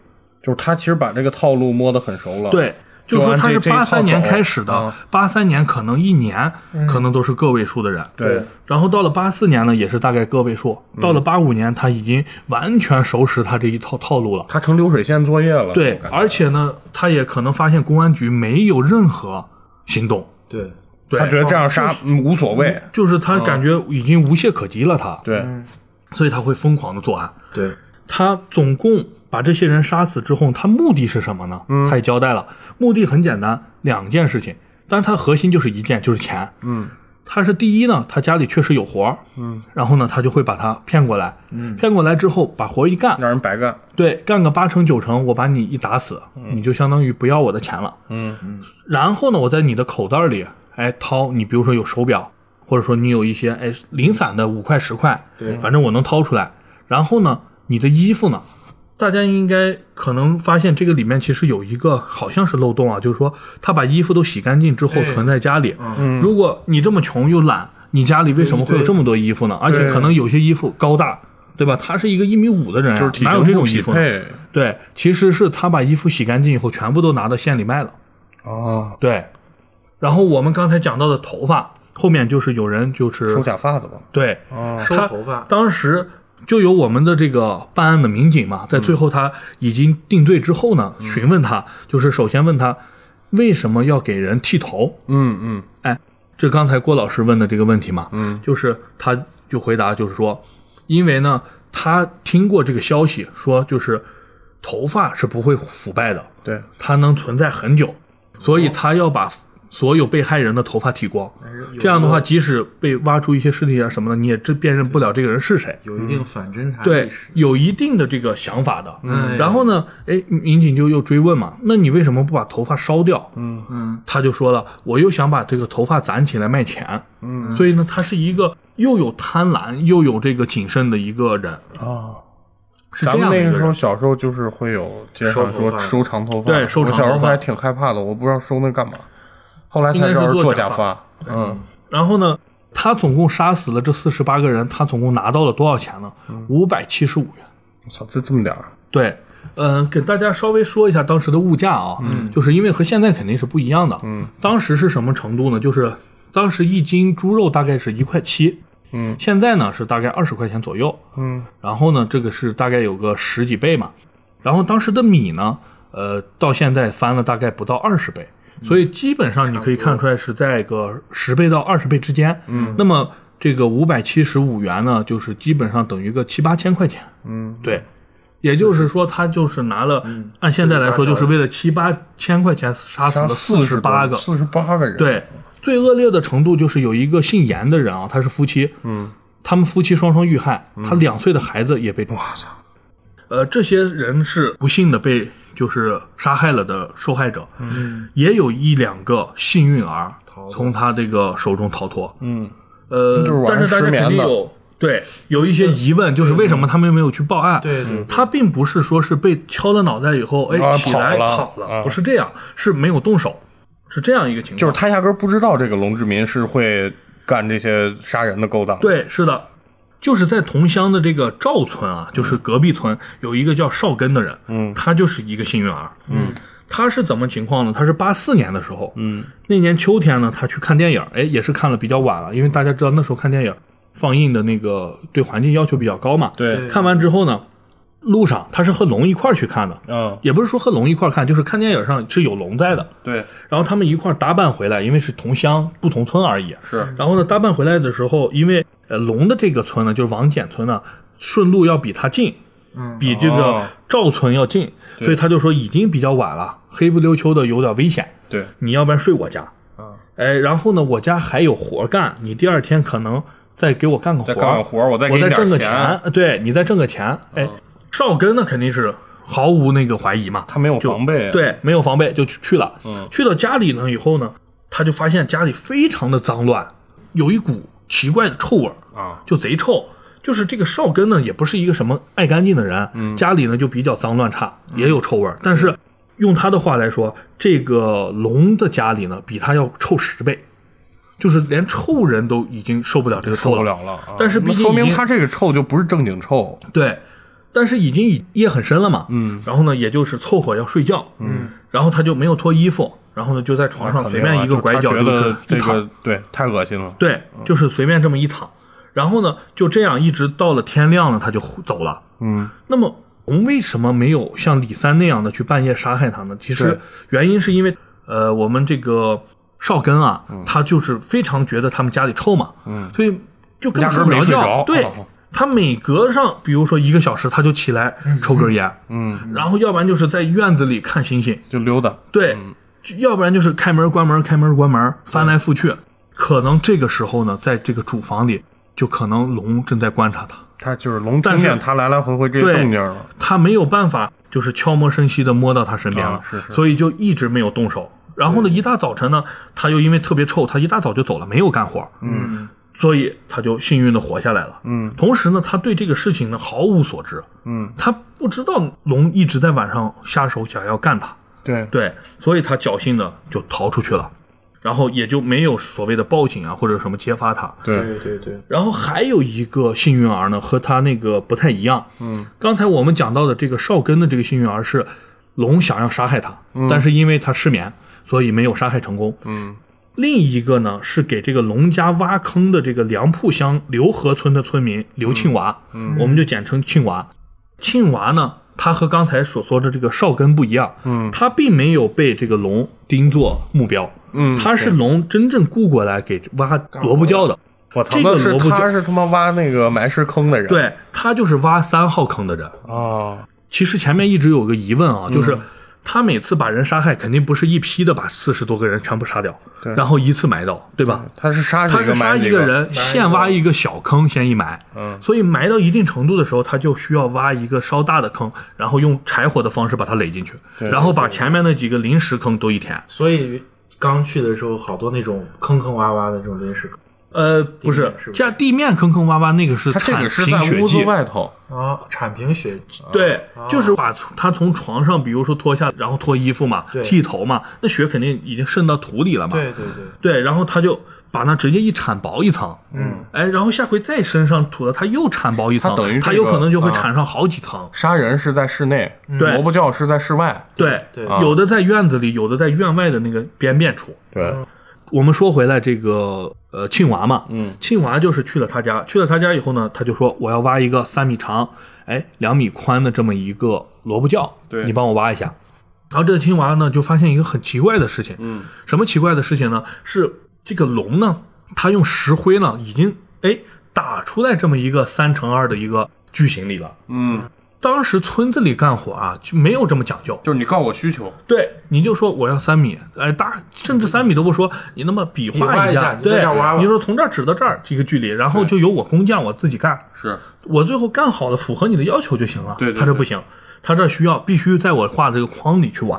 Speaker 2: 就是他其实把这个套路摸得很熟了，
Speaker 1: 对，就说他是
Speaker 2: 啊就按这这一
Speaker 1: 八
Speaker 2: 套走
Speaker 1: 三年开始的
Speaker 2: 啊，嗯
Speaker 1: 八三年可能一年可能都是个位数的人，
Speaker 2: 对，嗯
Speaker 1: 然后到了八四年呢，也是大概个位数，到了八五年他已经完全熟识他这一套套路了。
Speaker 2: 他成流水线作业了，
Speaker 1: 对
Speaker 2: 我，感觉
Speaker 1: 而且呢，他也可能发现公安局没有任何行动，
Speaker 3: 对，
Speaker 1: 对哦
Speaker 2: 他觉得这样杀嗯无所谓，
Speaker 1: 就是他感觉已经无懈可击了他，
Speaker 2: 对，
Speaker 1: 所以他会疯狂的作案。
Speaker 3: 对，
Speaker 1: 他总共把这些人杀死之后，他目的是什么呢？他也交代了，目的很简单，两件事情，但是他核心就是一件，就是钱。
Speaker 2: 嗯，
Speaker 1: 他是第一呢，他家里确实有活儿，嗯，然后呢，他就会把他骗过来，嗯，骗过来之后把活儿一干，
Speaker 2: 让人白干，
Speaker 1: 对，嗯干个八成九成，我把你一打死，你就相当于不要我的钱了。
Speaker 2: 嗯，
Speaker 1: 然后呢，我在你的口袋里，哎，掏你比如说有手表，或者说你有一些哎零散的五块十块，
Speaker 3: 对
Speaker 1: 反正我能掏出来。然后呢，你的衣服呢，大家应该可能发现这个里面其实有一个好像是漏洞啊，就是说他把衣服都洗干净之后
Speaker 3: 哎
Speaker 1: 存在家里。
Speaker 3: 嗯
Speaker 1: 如果你这么穷又懒，你家里为什么会有这么多衣服
Speaker 2: 嗯
Speaker 1: 呢？而且可能有些衣服高大。对吧？他是一个一米五的人、啊，
Speaker 2: 就是体
Speaker 1: 哪有这
Speaker 2: 型不
Speaker 1: 种
Speaker 2: 匹
Speaker 1: 衣服呢？
Speaker 2: 配，
Speaker 1: 对，其实是他把衣服洗干净以后，全部都拿到县里卖了。
Speaker 2: 哦，
Speaker 1: 对，然后我们刚才讲到的头发，后面就是有人就是
Speaker 2: 收假发的吧，
Speaker 1: 对，
Speaker 2: 哦，
Speaker 3: 收
Speaker 1: 他
Speaker 3: 头发，
Speaker 1: 当时就有我们的这个办案的民警嘛，在最后他已经定罪之后呢，询问他，就是首先问他为什么要给人剃头？
Speaker 2: 嗯嗯，
Speaker 1: 哎，这刚才郭老师问的这个问题嘛，嗯，就是他就回答就是说，因为呢，他听过这个消息说就是头发是不会腐败的，
Speaker 2: 对，
Speaker 1: 它能存在很久，所以他要把所有被害人的头发剃光。
Speaker 3: 还是有
Speaker 1: 这样的
Speaker 3: 一
Speaker 1: 话，
Speaker 3: 个
Speaker 1: 即使被挖出一些尸体啊什么的，你也这辨认不了这个人是谁。
Speaker 2: 嗯
Speaker 3: 有一定反侦查
Speaker 1: 对
Speaker 3: 意识，，
Speaker 1: 有一定的这个想法的。
Speaker 3: 嗯
Speaker 1: 然后呢，哎，民警就又追问嘛，那你为什么不把头发烧掉？
Speaker 2: 嗯
Speaker 3: 嗯，
Speaker 1: 他就说了，我又想把这个头发攒起来卖钱。
Speaker 2: 嗯，
Speaker 1: 所以呢，他是一个又有贪婪又有这个谨慎的一个人，
Speaker 2: 哦。
Speaker 1: 是
Speaker 2: 咱
Speaker 1: 这
Speaker 2: 们
Speaker 1: 样的一
Speaker 2: 那
Speaker 1: 个
Speaker 2: 个时
Speaker 1: 人
Speaker 2: 候小时候就是会有街上
Speaker 3: 收头
Speaker 2: 说
Speaker 3: 发
Speaker 2: 收长头发，
Speaker 1: 对收长头
Speaker 2: 我
Speaker 1: 发
Speaker 2: 小时候还挺害怕的，我不知道收那干嘛，后来才知
Speaker 1: 应
Speaker 2: 道
Speaker 1: 该是
Speaker 2: 是
Speaker 1: 做
Speaker 2: 做
Speaker 1: 假
Speaker 2: 假
Speaker 1: 发
Speaker 2: 发，嗯，
Speaker 1: 然后呢，他总共杀死了这四十八个人，他总共拿到了多少钱呢？五百七十五元。
Speaker 2: 我操，就这么点儿，
Speaker 1: 对，嗯、给大家稍微说一下当时的物价啊，就是因为和现在肯定是不一样的。
Speaker 2: 嗯，
Speaker 1: 当时是什么程度呢？就是当时一斤猪肉大概是一块七，
Speaker 2: 嗯
Speaker 1: 现在呢是大概二十块钱左右。
Speaker 2: 嗯
Speaker 1: 然后呢，这个是大概有个十几倍嘛。然后当时的米呢，呃，到现在翻了大概不到二十倍，所以基本上你可以看出来是在个十倍到二十倍之间。嗯，那么这个五百七十五元呢，就是基本上等于个七八千块钱。
Speaker 2: 嗯，
Speaker 1: 对，也就是说，他就是拿了，按现在来说，就是为了七嗯八千块钱杀死了四十八个。
Speaker 2: 四十八个人，，
Speaker 1: 对，最恶劣的程度就是有一个姓严的人啊，他是夫妻，
Speaker 2: 嗯，
Speaker 1: 他们夫妻双双遇害，他两岁的孩子也被
Speaker 2: 我操，
Speaker 1: 呃，这些人是不幸的被就是杀害了的受害者，嗯，也有一两个幸运儿
Speaker 3: 逃脱
Speaker 1: 从他这个手中逃脱，
Speaker 2: 嗯，
Speaker 1: 呃
Speaker 2: 就是，晚
Speaker 1: 但
Speaker 2: 上
Speaker 1: 是大家
Speaker 2: 失眠
Speaker 1: 肯定
Speaker 2: 的
Speaker 1: 有对，有一些疑问，就是为什么他们没有去报案？
Speaker 3: 对对
Speaker 1: 他并不是说是被敲了脑袋以后，哎，
Speaker 2: 啊
Speaker 1: 起来
Speaker 2: 跑了
Speaker 1: 跑了，
Speaker 2: 啊
Speaker 1: 不是这样，是没有动手，是这样一个情况。
Speaker 2: 就是他压根儿不知道这个龙志民是会干这些杀人的勾当。，
Speaker 1: 对，是的，就是在同乡的这个赵村啊，就是隔壁村有一个叫邵根的人，嗯，他就是一个幸运儿，嗯，他是怎么情况呢？他是八四年的时候，嗯，那年秋天呢，他去看电影，哎，也是看了比较晚了，因为大家知道那时候看电影放映的那个对环境要求比较高嘛，
Speaker 2: 对，
Speaker 1: 看完之后呢，路上他是和龙一块儿去看的。
Speaker 2: 嗯，
Speaker 1: 也不是说和龙一块儿看，就是看电影上是有龙在的，
Speaker 2: 对，
Speaker 1: 然后他们一块儿搭伴回来，因为是同乡不同村而已，
Speaker 2: 是，
Speaker 1: 然后呢，搭伴回来的时候，因为呃龙的这个村呢，就是王简村呢，顺路要比他近，
Speaker 3: 嗯
Speaker 1: 比这
Speaker 2: 哦
Speaker 1: 个赵村要近，所以他就说已经比较晚了，黑不溜秋的有点危险，
Speaker 2: 对，
Speaker 1: 你要不然睡我家。
Speaker 3: 啊，
Speaker 1: 哎，然后呢，我家还有活干，你第二天可能再给我干个活
Speaker 2: 再
Speaker 1: 儿，
Speaker 2: 干干活儿，我再给
Speaker 1: 我
Speaker 2: 你
Speaker 1: 再
Speaker 2: 点
Speaker 1: 挣个
Speaker 2: 儿啊
Speaker 1: 钱，，呃对你再挣个钱。哎，少根呢肯定是毫无那个怀疑嘛，
Speaker 2: 他没有
Speaker 1: 就
Speaker 2: 防备啊嗯
Speaker 1: 对，没有防备就去去了。去到家里呢以后呢，他就发现家里非常的脏乱，有一股奇怪的臭味儿，
Speaker 2: 啊，
Speaker 1: 就贼臭。就是这个少根呢，也不是一个什么爱干净的人，
Speaker 2: 嗯
Speaker 1: 家里呢就比较脏乱差，也有臭味儿。但是用他的话来说，这个龙的家里呢，比他要臭十倍，就是连臭人都已经受不了这个臭
Speaker 2: 受
Speaker 1: 了。
Speaker 2: 不了了。啊
Speaker 1: 但是毕
Speaker 2: 那
Speaker 1: 竟
Speaker 2: 说
Speaker 1: 已
Speaker 2: 明
Speaker 1: 经
Speaker 2: 他这个臭就不是正经臭，
Speaker 1: 对，但是已经已夜很深了嘛，嗯，然后呢，也就是凑合要睡觉，嗯，然后他就没有脱衣服，然后呢就在床上随便一个拐角
Speaker 2: 啊就
Speaker 1: 就是是
Speaker 2: 这
Speaker 1: 一躺，
Speaker 2: 个对太恶心了。
Speaker 1: 对，就是随便这么一躺，然后呢就这样一直到了天亮了，他就走了。
Speaker 2: 嗯，
Speaker 1: 那么龙为什么没有像李三那样的去半夜杀害他呢？其
Speaker 2: 对
Speaker 1: 实原因是因为，呃，我们这个少根啊，
Speaker 2: 嗯
Speaker 1: 他就是非常觉得他们家里臭嘛，嗯，所以就根本
Speaker 2: 压根儿
Speaker 1: 不
Speaker 2: 没
Speaker 1: 着
Speaker 2: 睡
Speaker 1: 觉
Speaker 2: 着
Speaker 1: 对。
Speaker 2: 哦
Speaker 1: 他每隔上，比如说一个小时，他就起来抽根烟，
Speaker 2: 嗯，
Speaker 1: 然后要不然就是在院子里看星星，
Speaker 2: 就溜达，
Speaker 1: 对，就要不然就是开门关门，开门关门，翻来覆去。可能这个时候呢，在这个主房里，就可能龙正在观察他，
Speaker 2: 他就是龙
Speaker 1: 但
Speaker 2: 听
Speaker 1: 是
Speaker 2: 见他来来回回这
Speaker 1: 对
Speaker 2: 动静了，
Speaker 1: 他没有办法，就是悄无声息的摸到他身边了，
Speaker 2: 啊是是
Speaker 1: 所以就一直没有动手。然后呢，一大早晨呢，他又因为特别臭，他一大早就走了，没有干活，
Speaker 3: 嗯
Speaker 1: 所以他就幸运的活下来了。
Speaker 2: 嗯
Speaker 1: 同时呢，他对这个事情呢毫无所知，
Speaker 2: 嗯，
Speaker 1: 他不知道龙一直在晚上下手想要干他，
Speaker 2: 对，
Speaker 1: 对，所以他侥幸的就逃出去了，然后也就没有所谓的报警啊或者什么揭发他。
Speaker 2: 对，
Speaker 3: 对对对，
Speaker 1: 然后还有一个幸运儿呢，和他那个不太一样。
Speaker 2: 嗯，
Speaker 1: 刚才我们讲到的这个少根的这个幸运儿是龙想要杀害他，但是因为他失眠，所以没有杀害成功。
Speaker 2: 嗯，
Speaker 1: 另一个呢是给这个龙家挖坑的这个梁铺乡刘河村的村民刘庆娃，嗯，我们就简称庆娃。庆娃呢，他和刚才所说的这个少根不一样，
Speaker 2: 嗯
Speaker 1: 他并没有被这个龙盯作目标，
Speaker 2: 嗯，
Speaker 1: 他是龙真正雇过来给挖萝卜窖的。
Speaker 2: 我操，
Speaker 1: 这个
Speaker 2: 那是
Speaker 1: 萝卜
Speaker 2: 他
Speaker 1: 就是
Speaker 2: 他妈挖那个埋尸坑的人，
Speaker 1: 对他就是挖三号坑的人。
Speaker 2: 哦，
Speaker 1: 其实前面一直有个疑问啊，就是他每次把人杀害，肯定不是一批的把四十多个人全部杀掉，
Speaker 2: 对
Speaker 1: 然后一次埋到，对吧？
Speaker 2: 他是杀几
Speaker 1: 他是
Speaker 2: 个
Speaker 1: 杀
Speaker 2: 埋
Speaker 1: 一
Speaker 2: 几
Speaker 1: 个，人，现挖一个小坑先一埋，
Speaker 2: 嗯
Speaker 1: 所以埋到一定程度的时候，他就需要挖一个稍大的坑，然后用柴火的方式把它垒进去，
Speaker 2: 对
Speaker 1: 然后把前面那几个临时坑都一填。
Speaker 3: 所以刚去的时候，好多那种坑坑洼洼的这种临时坑
Speaker 1: 呃，不是
Speaker 3: 是，不是
Speaker 1: 加地面坑坑洼洼那个是
Speaker 2: 他这
Speaker 1: 铲
Speaker 2: 个是
Speaker 1: 平
Speaker 2: 在
Speaker 1: 血
Speaker 2: 屋子
Speaker 1: 迹，
Speaker 2: 外头，
Speaker 3: 啊，铲平雪，
Speaker 1: 对，
Speaker 3: 哦
Speaker 1: 就是把从他从床上，比如说脱下，然后脱衣服嘛，
Speaker 3: 对
Speaker 1: 剃头嘛，那血肯定已经渗到土里了嘛。
Speaker 3: 对对对，
Speaker 1: 对然后他就把那直接一铲薄一层，
Speaker 3: 嗯，
Speaker 1: 哎，然后下回再身上吐了，他又铲薄一层，
Speaker 2: 他等于这个
Speaker 1: 有可能就会
Speaker 2: 啊
Speaker 1: 铲上好几层。
Speaker 2: 杀人是在室内，
Speaker 1: 嗯对嗯
Speaker 2: 萝卜窖是在室外，
Speaker 1: 对，
Speaker 3: 对
Speaker 2: 啊
Speaker 1: 有的在院子里，有的在院外的那个边边处。
Speaker 2: 对，
Speaker 1: 我们说回来，这个呃庆娃嘛，
Speaker 2: 嗯，
Speaker 1: 庆娃就是去了他家，去了他家以后呢，他就说我要挖一个三米长，哎两米宽的这么一个萝卜窖，
Speaker 2: 对
Speaker 1: 你帮我挖一下。然后这个青娃呢，就发现一个很奇怪的事情，
Speaker 2: 嗯，
Speaker 1: 什么奇怪的事情呢？是这个龙呢，它用石灰呢，已经哎打出来这么一个三乘二的一个矩形里了。
Speaker 2: 嗯，
Speaker 1: 当时村子里干活啊，就没有这么讲究，
Speaker 2: 就是你告我需求，
Speaker 1: 对，你就说我要三米，哎，大甚至三米都不说，你那么比
Speaker 3: 比划
Speaker 1: 划
Speaker 3: 一下
Speaker 1: 下，
Speaker 3: 你在
Speaker 1: 对
Speaker 3: 这儿挖，吧
Speaker 1: 你说从这儿指到这儿这个距离，然后
Speaker 2: 对
Speaker 1: 就由我工匠我自己干，
Speaker 2: 是
Speaker 1: 我最后干好了符合你的要求就行了。
Speaker 2: 对对
Speaker 1: 他这
Speaker 2: 对
Speaker 1: 不行，他这需要必须在我画的这个框里去挖，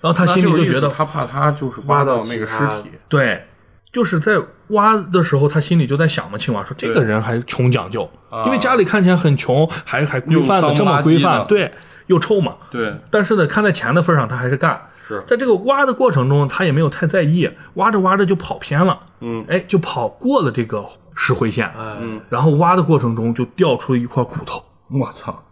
Speaker 1: 然后他
Speaker 2: 他
Speaker 1: 心里就觉得
Speaker 2: 他怕他就是
Speaker 3: 挖
Speaker 2: 挖
Speaker 3: 到
Speaker 2: 到那个
Speaker 3: 其
Speaker 2: 尸
Speaker 3: 他
Speaker 2: 体，
Speaker 1: 对，就是在挖的时候，他心里就在想嘛，青蛙说这个人还穷讲究，因为家里看起来很穷，还还规范的
Speaker 2: 又脏
Speaker 1: 这么规
Speaker 2: 不拉
Speaker 1: 范，
Speaker 2: 几的
Speaker 1: 对，又臭嘛。
Speaker 2: 对，
Speaker 1: 但是呢，看在钱的份上，他还是干。
Speaker 2: 是
Speaker 1: 在这个挖的过程中，他也没有太在意，挖着挖着就跑偏了，
Speaker 2: 嗯
Speaker 1: 哎，就跑过了这个石灰线，
Speaker 3: 哎，
Speaker 2: 嗯，
Speaker 1: 然后挖的过程中就掉出了一块骨头。
Speaker 2: 我操，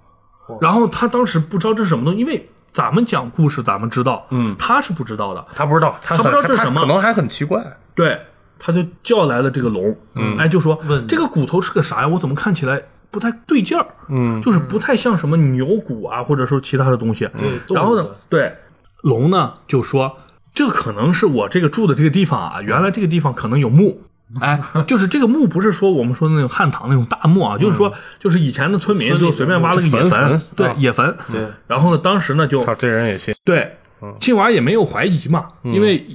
Speaker 1: 然后他当时不知道这是什么东西，因为咱们讲故事，咱们知道，
Speaker 2: 嗯
Speaker 1: 他是不知道的。
Speaker 2: 他不知道，他
Speaker 1: 他不知道
Speaker 2: 很
Speaker 1: 这是什么
Speaker 2: 可能还很奇怪，
Speaker 1: 对，他就叫来了这个龙，嗯，哎，就说
Speaker 3: 问
Speaker 1: 这个骨头是个啥呀？我怎么看起来不太对劲儿？
Speaker 2: 嗯
Speaker 1: 就是不太像什么牛骨啊，或者说其他的东西。
Speaker 3: 对动
Speaker 1: 然后
Speaker 3: 物
Speaker 1: 呢
Speaker 3: 的，
Speaker 1: 对龙呢就说，这可能是我这个住的这个地方
Speaker 3: 嗯
Speaker 1: 啊，原来这个地方可能有墓。 哎，就是这个墓不是说我们说的那种汉唐那种大墓
Speaker 3: 嗯
Speaker 1: 啊，就是说就是以前的村民就随便挖了个野
Speaker 2: 坟坟
Speaker 1: 对
Speaker 2: 啊
Speaker 1: 野坟。
Speaker 3: 嗯对，
Speaker 1: 然后呢，当时呢就
Speaker 2: 操，这人也信，
Speaker 1: 对，青娃也没有怀疑嘛，因为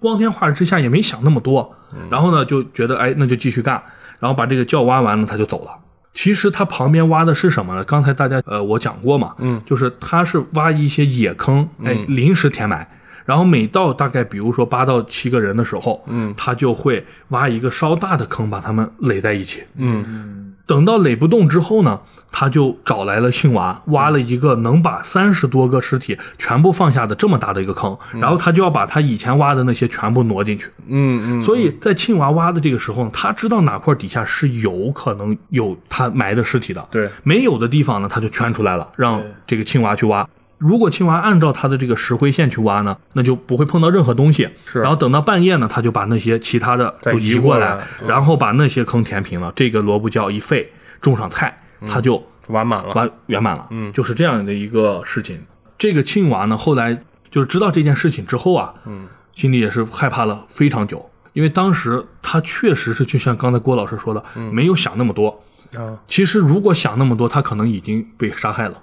Speaker 1: 光天化日之下也没想那么多，然后呢就觉得哎，那就继续干，然后把这个窖挖完了，他就走了。其实他旁边挖的是什么呢？刚才大家呃我讲过嘛，嗯，就是他是挖一些野坑，哎，临时填埋。然后每到大概比如说八到七个人的时候，嗯，他就会挖一个稍大的坑，把他们垒在一起。
Speaker 2: 嗯
Speaker 1: 等到垒不动之后呢，他就找来了信娃，挖了一个能把三十多个尸体全部放下的这么大的一个坑，然后他就要把他以前挖的那些全部挪进去。
Speaker 2: 嗯嗯，
Speaker 1: 所以在庆娃挖的这个时候呢，他知道哪块底下是有可能有他埋的尸体的，
Speaker 2: 对，
Speaker 1: 没有的地方呢，他就圈出来了，让
Speaker 3: 对
Speaker 1: 这个庆娃去挖。如果青娃按照他的这个石灰线去挖呢，那就不会碰到任何东西。
Speaker 2: 是
Speaker 1: 然后等到半夜呢，他就把那些其他的
Speaker 2: 再
Speaker 1: 都
Speaker 2: 移
Speaker 1: 移
Speaker 2: 过
Speaker 1: 过
Speaker 2: 来
Speaker 1: 来，然后把那些坑填平了。这个萝卜窖一废，种上菜，他就
Speaker 2: 完满了，
Speaker 1: 完圆满了。嗯，就是这样的一个事情。这个庆娃呢，后来就是知道这件事情之后啊，嗯，心里也是害怕了非常久，因为当时他确实是就像刚才郭老师说的，没有想那么多。
Speaker 2: 啊，
Speaker 1: 其实如果想那么多，他可能已经被杀害了。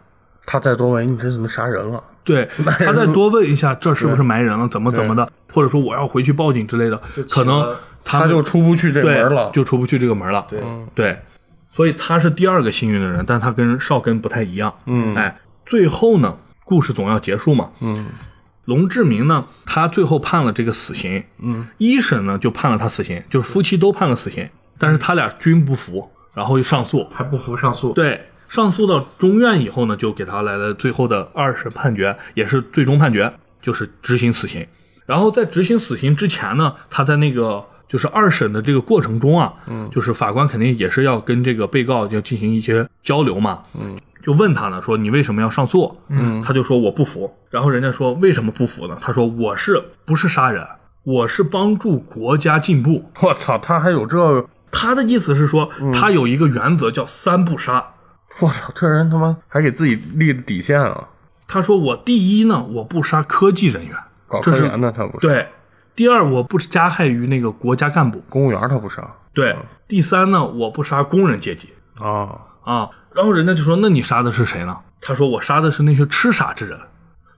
Speaker 2: 他再多问你这怎么杀人了？
Speaker 1: 对他再多问一下，这是不是埋人了？怎么怎么的？或者说我要回去报警之类的
Speaker 3: 就，起
Speaker 1: 可能
Speaker 3: 了
Speaker 1: 他
Speaker 2: 他
Speaker 1: 们
Speaker 2: 就出不去这
Speaker 1: 对
Speaker 2: 门了，
Speaker 1: 就出不去这个门了。
Speaker 3: 对
Speaker 1: 对，所以他是第二个幸运的人，但他跟少根不太一样。
Speaker 2: 嗯
Speaker 1: 哎，最后呢，故事总要结束嘛。嗯，龙志明呢，他最后判了这个死刑。嗯，一审呢就判了他死刑，就是夫妻都判了死刑，但是他俩均不服，然后又上诉。
Speaker 3: 还不服上诉，
Speaker 1: 对，上诉到中院以后呢，就给他来了最后的二审判决，也是最终判决，就是执行死刑。然后在执行死刑之前呢，他在那个就是二审的这个过程中啊，嗯，就是法官肯定也是要跟这个被告就进行一些交流嘛，嗯，就问他呢说你为什么要上诉？嗯，他就说我不服。然后人家说为什么不服呢？他说我是不是杀人？我是帮助国家进步。
Speaker 2: 我操，他还有这，我
Speaker 1: 他的意思是说，他有一个原则叫三不杀。
Speaker 2: 操，这人他妈还给自己立的底线啊，
Speaker 1: 他说：“我第一呢，我不杀科技人员，
Speaker 2: 搞科
Speaker 1: 这是
Speaker 2: 研的他不是，
Speaker 1: 对；第二，我不加害于那个国家干部，
Speaker 2: 公务员他不是啊
Speaker 1: 对；第三呢，我不杀工人阶级
Speaker 2: 啊，
Speaker 1: 啊。”然后人家就说：“那你杀的是谁呢？”他说：“我杀的是那些痴傻之人。”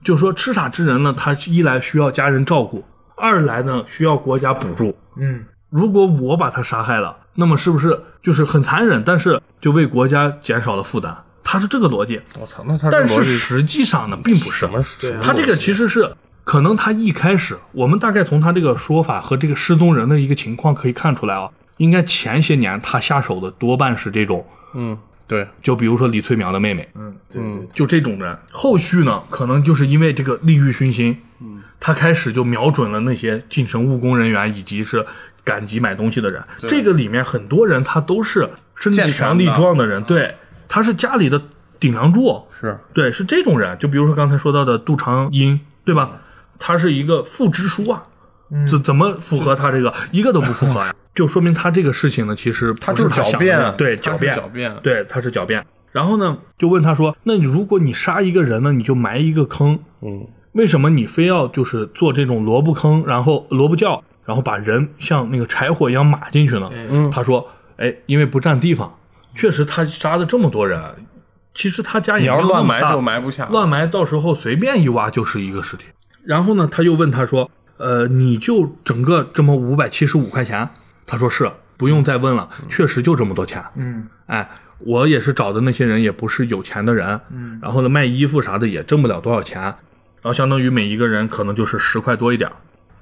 Speaker 1: 就说痴傻之人呢，他一来需要家人照顾，二来呢需要国家补助。
Speaker 3: 嗯，
Speaker 1: 如果我把他杀害了，那么是不是就是很残忍，但是就为国家减少了负担？他是这个逻辑，
Speaker 2: 我操，那他这
Speaker 1: 但是
Speaker 2: 逻辑
Speaker 1: 实际上呢，并不是
Speaker 2: 什么
Speaker 3: 对啊
Speaker 1: 他这个其实是可能他一开始，我们大概从他这个说法和这个失踪人的一个情况可以看出来啊，应该前些年他下手的多半是这种，
Speaker 2: 嗯，对，
Speaker 1: 就比如说李翠苗的妹妹，
Speaker 3: 嗯，对对
Speaker 1: 就这种人。后续呢，可能就是因为这个利欲熏心，嗯，他开始就瞄准了那些进城务工人员以及是赶集买东西的人。这个里面很多人他都是身
Speaker 2: 健全
Speaker 1: 强力
Speaker 2: 的嗯
Speaker 1: 壮的人，对，他是家里的顶梁柱，
Speaker 2: 是
Speaker 1: 对，是这种人。就比如说刚才说到的杜长英，对
Speaker 2: 嗯
Speaker 1: 吧？他是一个副支书啊，怎怎么符合他这个？一个都不符合 呀，就说明他这个事情呢，其实
Speaker 2: 他
Speaker 1: 不
Speaker 2: 就是是狡
Speaker 1: 想的
Speaker 2: 辩
Speaker 1: 那
Speaker 2: 啊
Speaker 1: 样，对，
Speaker 2: 他
Speaker 1: 狡
Speaker 2: 是
Speaker 1: 辩，
Speaker 2: 狡辩
Speaker 1: 对，他是狡辩。然后呢，就问他说：“那你如果你杀一个人呢，你就埋一个坑，
Speaker 2: 嗯，
Speaker 1: 为什么你非要就是做这种萝卜坑，然后萝卜窖，然后把人像那个柴火一样码进去呢？”
Speaker 3: 嗯
Speaker 1: 他说：“哎，因为不占地方，确实他杀了这么多人，其实他家
Speaker 2: 你
Speaker 1: 也没
Speaker 2: 要
Speaker 1: 有
Speaker 2: 是
Speaker 1: 那
Speaker 2: 乱
Speaker 1: 么
Speaker 2: 埋
Speaker 1: 大
Speaker 2: 就，埋啊不下，
Speaker 1: 乱埋到时候随便一挖就是一个尸体。”然后呢，他又问他说：“呃，你就整个这么五百七十五块钱？”他说：“是，不用再问了，确实就这么多钱。”
Speaker 3: 嗯，
Speaker 1: 哎，我也是找的那些人也不是有钱的人，嗯，然后呢卖衣服啥的也挣不了多少钱，然后相当于每一个人可能就是十块多一点儿，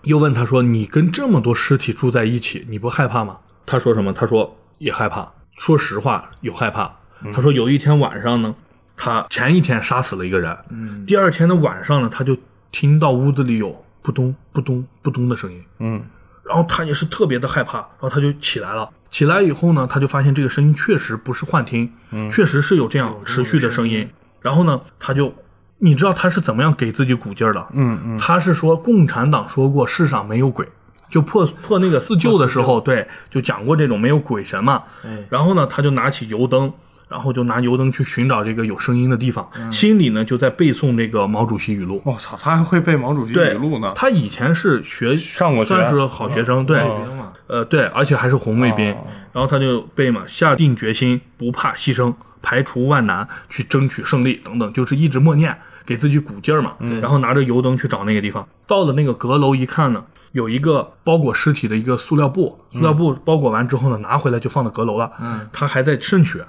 Speaker 1: 又问他说：“你跟这么多尸体住在一起，你不害怕吗？”他说什么？他说也害怕。说实话，有害怕。他说有一天晚上呢，他前一天杀死了一个人，
Speaker 3: 嗯
Speaker 1: 第二天的晚上呢，他就听到屋子里有扑通扑通扑通的声音，
Speaker 2: 嗯
Speaker 1: 然后他也是特别的害怕，然后他就起来了。起来以后呢，他就发现这个声音确实不是幻听，确实是有嗯这样持续的声音。然后呢，他就，你知道他是怎么样给自己鼓劲儿的？
Speaker 2: 嗯嗯，
Speaker 1: 他是说共产党说过世上没有鬼，就破破那个四旧的时候，对，就讲过这种没有鬼神嘛。
Speaker 3: 哎，
Speaker 1: 然后呢，他就拿起油灯，然后就拿油灯去寻找这个有声音的地方，心里呢就在背诵这个毛主席语录。
Speaker 2: 我操，他还会背毛主席
Speaker 1: 对
Speaker 2: 语录呢。
Speaker 1: 他以前是学
Speaker 2: 上过学
Speaker 1: 算是好学生，对，
Speaker 3: 别嘛，
Speaker 1: 呃，对，而且还是红卫兵。
Speaker 2: 哦
Speaker 1: 然后他就背嘛，下定决心，不怕牺牲，排除万难，去争取胜利等等，就是一直默念，给自己鼓劲儿嘛。
Speaker 2: 嗯
Speaker 1: 然后拿着油灯去找那个地方，到了那个阁楼一看呢，有一个包裹尸体的一个塑料布，塑料布包裹完之后呢，拿回来就放到阁楼了。
Speaker 3: 嗯，
Speaker 1: 他还在渗血，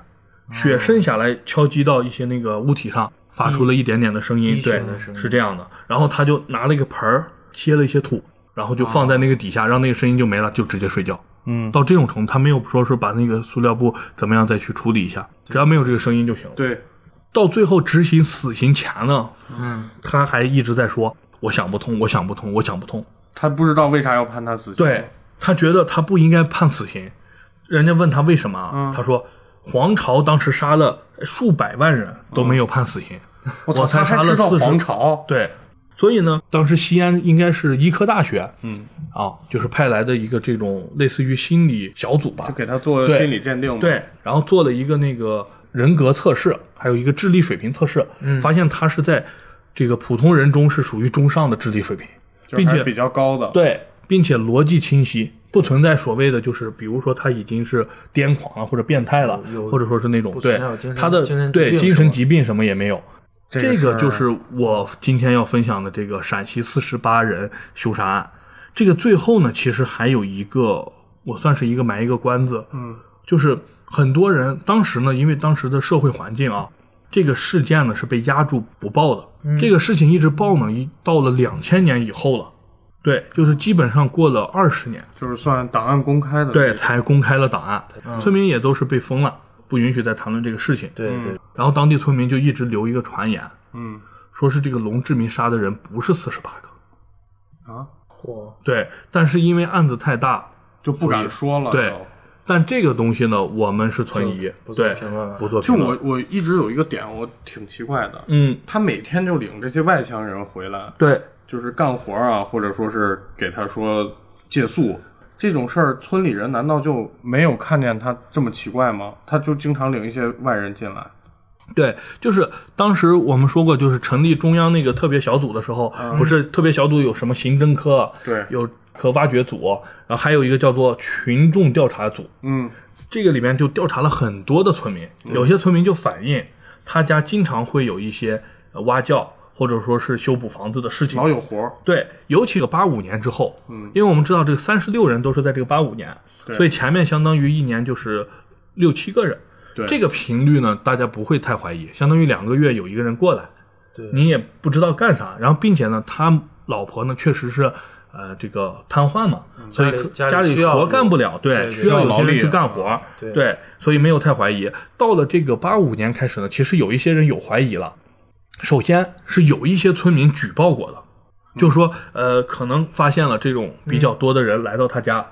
Speaker 1: 血
Speaker 3: 哦
Speaker 1: 渗下来敲击到一些那个物体上，发出了一点点的声音，
Speaker 3: 滴血
Speaker 1: 对
Speaker 3: 的声，音
Speaker 1: 是这样的。然后他就拿了一个盆儿接了一些土，然后就放
Speaker 3: 哦
Speaker 1: 在那个底下，让那个声音就没了，就直接睡觉。
Speaker 2: 嗯，
Speaker 1: 到这种程度，他没有说是把那个塑料布怎么样再去处理一下，只要没有这个声音就行了。
Speaker 2: 对，
Speaker 1: 到最后执行死刑前呢，
Speaker 3: 嗯，
Speaker 1: 他还一直在说：“我想不通，我想不通，我想不通。
Speaker 2: 他不知道为啥要判他死刑。
Speaker 1: 对他觉得他不应该判死刑。人家问他为什么啊，
Speaker 2: 嗯
Speaker 1: 他说：“皇朝当时杀了数百万人都没有判死刑。
Speaker 2: 嗯我操，
Speaker 1: 我才
Speaker 2: 他
Speaker 1: 杀
Speaker 2: 还
Speaker 1: 了
Speaker 2: 知道
Speaker 1: 40
Speaker 2: 皇朝。
Speaker 1: 对，所以呢，当时西安应该是医科大学，嗯，啊，就是派来的一个这种类似于心理小组吧
Speaker 2: 就，给他做
Speaker 1: 对
Speaker 2: 心理鉴定嘛。，
Speaker 1: 对，然后做了一个那个人格测试，还有一个智力水平测试，
Speaker 2: 嗯
Speaker 1: 发现他是在这个普通人中是属于中上的智力水平，并且
Speaker 2: 比较高的。
Speaker 1: 对，并且逻辑清晰，不存在所谓的就是比如说他已经是癫狂了啊或者变态了
Speaker 3: 有，有
Speaker 1: 或者说是那种
Speaker 3: 不存
Speaker 1: 对
Speaker 3: 在有精神
Speaker 1: 他的
Speaker 3: 精神疾
Speaker 1: 对
Speaker 3: 病
Speaker 1: 精
Speaker 3: 是
Speaker 1: 神
Speaker 3: 吧
Speaker 1: 疾病什么也没有。
Speaker 2: 这
Speaker 1: 这
Speaker 2: 个
Speaker 1: 个就是是我今天要分享的这个陕西四十八人凶杀案。这个最后呢，其实还有一个，我算是一个埋一个关子，
Speaker 2: 嗯，
Speaker 1: 就是很多人当时呢，因为当时的社会环境啊，这个事件呢是被压住不报的。
Speaker 3: 嗯
Speaker 1: 这个事情一直报呢，一到了两千年以后了，对，就是基本上过了二十年，
Speaker 2: 就是算档案公开的。
Speaker 1: 对，，才公开了档案，村民也都是被封了，不允许再谈论这个事情。
Speaker 3: 对对，
Speaker 1: 然后当地村民就一直留一个传言，
Speaker 2: 嗯
Speaker 1: 说是这个龙志民杀的人不是四十八个，
Speaker 2: 啊，
Speaker 3: 嚯，
Speaker 1: 对，但是因为案子太大，
Speaker 2: 就不敢说了。
Speaker 1: 对
Speaker 2: 就
Speaker 1: 但这个东西呢，我们是存疑
Speaker 3: 就不，做
Speaker 1: 对
Speaker 3: 评论了，
Speaker 1: 不做
Speaker 2: 就
Speaker 1: 评论。
Speaker 2: 我我一直有一个点，我挺奇怪的。
Speaker 1: 嗯，
Speaker 2: 他每天就领这些外乡人回来，
Speaker 1: 对，
Speaker 2: 就是干活啊，或者说是给他说借宿这种事儿，村里人难道就没有看见他这么奇怪吗？他就经常领一些外人进来，
Speaker 1: 对，就是当时我们说过，就是成立中央那个特别小组的时候，不是特别小组有什么刑侦科，
Speaker 2: 对
Speaker 1: 有科挖掘组，然后还有一个叫做群众调查组，
Speaker 2: 嗯，
Speaker 1: 这个里面就调查了很多的村民，有些村民就反映他家经常会有一些呃挖窖或者说是修补房子的事情
Speaker 2: 老，有活儿，
Speaker 1: 对，尤其这个八五年之后，嗯，因为我们知道这个三十六人都是在这个八五年，
Speaker 2: 对
Speaker 1: 所以前面相当于一年就是六七个人，
Speaker 2: 对
Speaker 1: 这个频率呢，大家不会太怀疑，相当于两个月有一个人过来，
Speaker 3: 对
Speaker 1: 你也不知道干啥，然后并且呢，他老婆呢确实是。呃，这个瘫痪嘛，所以
Speaker 3: 嗯家里
Speaker 1: 可
Speaker 3: 家里
Speaker 1: 家里
Speaker 3: 需要
Speaker 1: 活
Speaker 3: 有
Speaker 1: 干不了，对，
Speaker 3: 对
Speaker 1: 需要
Speaker 2: 需要
Speaker 1: 有些
Speaker 2: 劳
Speaker 1: 人
Speaker 2: 力
Speaker 1: 去干活儿，
Speaker 3: 啊对
Speaker 1: 对，所以没有太怀疑。到了这个八五年开始呢，其实有一些人有怀疑了，首先是有一些村民举报过的，就说呃，可能发现了这种比
Speaker 2: 嗯
Speaker 1: 较多的人来到他家，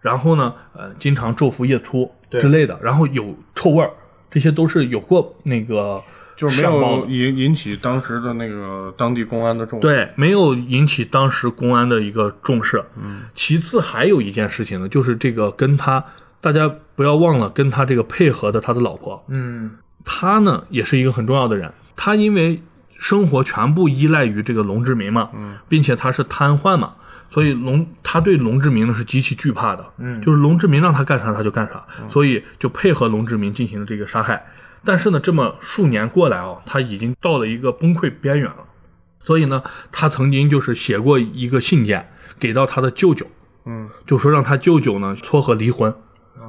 Speaker 1: 然后呢，呃，经常昼伏夜出
Speaker 3: 对
Speaker 1: 之类的，然后有臭味儿，这些都是有过那个
Speaker 2: 就是没
Speaker 1: 上报
Speaker 2: 有
Speaker 1: 的
Speaker 2: 引引起当时的那个当地公安的重视。
Speaker 1: 对，没有引起当时公安的一个重视。嗯，其次还有一件事情呢，就是这个跟他大家不要忘了，跟他这个配合的他的老婆，
Speaker 3: 嗯，
Speaker 1: 他呢也是一个很重要的人，他因为生活全部依赖于这个龙志明嘛，并且他是瘫痪嘛，所以龙他对龙志明呢是极其惧怕的，嗯，就是龙志明让他干啥他就干啥，所以就配合龙志明进行了这个杀害。但是呢，这么数年过来啊、他已经到了一个崩溃边缘了，所以呢，他曾经就是写过一个信件给到他的舅舅，
Speaker 2: 嗯，
Speaker 1: 就说让他舅舅呢撮合离婚，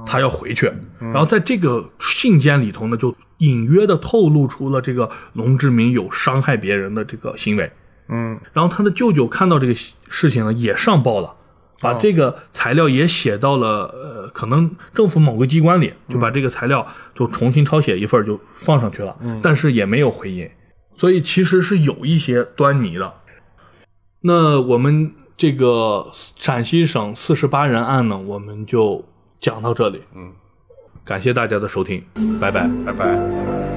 Speaker 1: 他要回去。然后在这个信件里头呢，就隐约的透露出了这个龙志明有伤害别人的这个行为。
Speaker 2: 嗯
Speaker 1: 然后他的舅舅看到这个事情呢，也上报了，把这个材料也写到了呃，可能政府某个机关里，就把这个材料就重新抄写一份儿就放上去了，但是也没有回音，所以其实是有一些端倪的。那我们这个陕西省四十八人案呢，我们就讲到这里，
Speaker 2: 嗯，
Speaker 1: 感谢大家的收听，拜拜。
Speaker 2: 拜拜。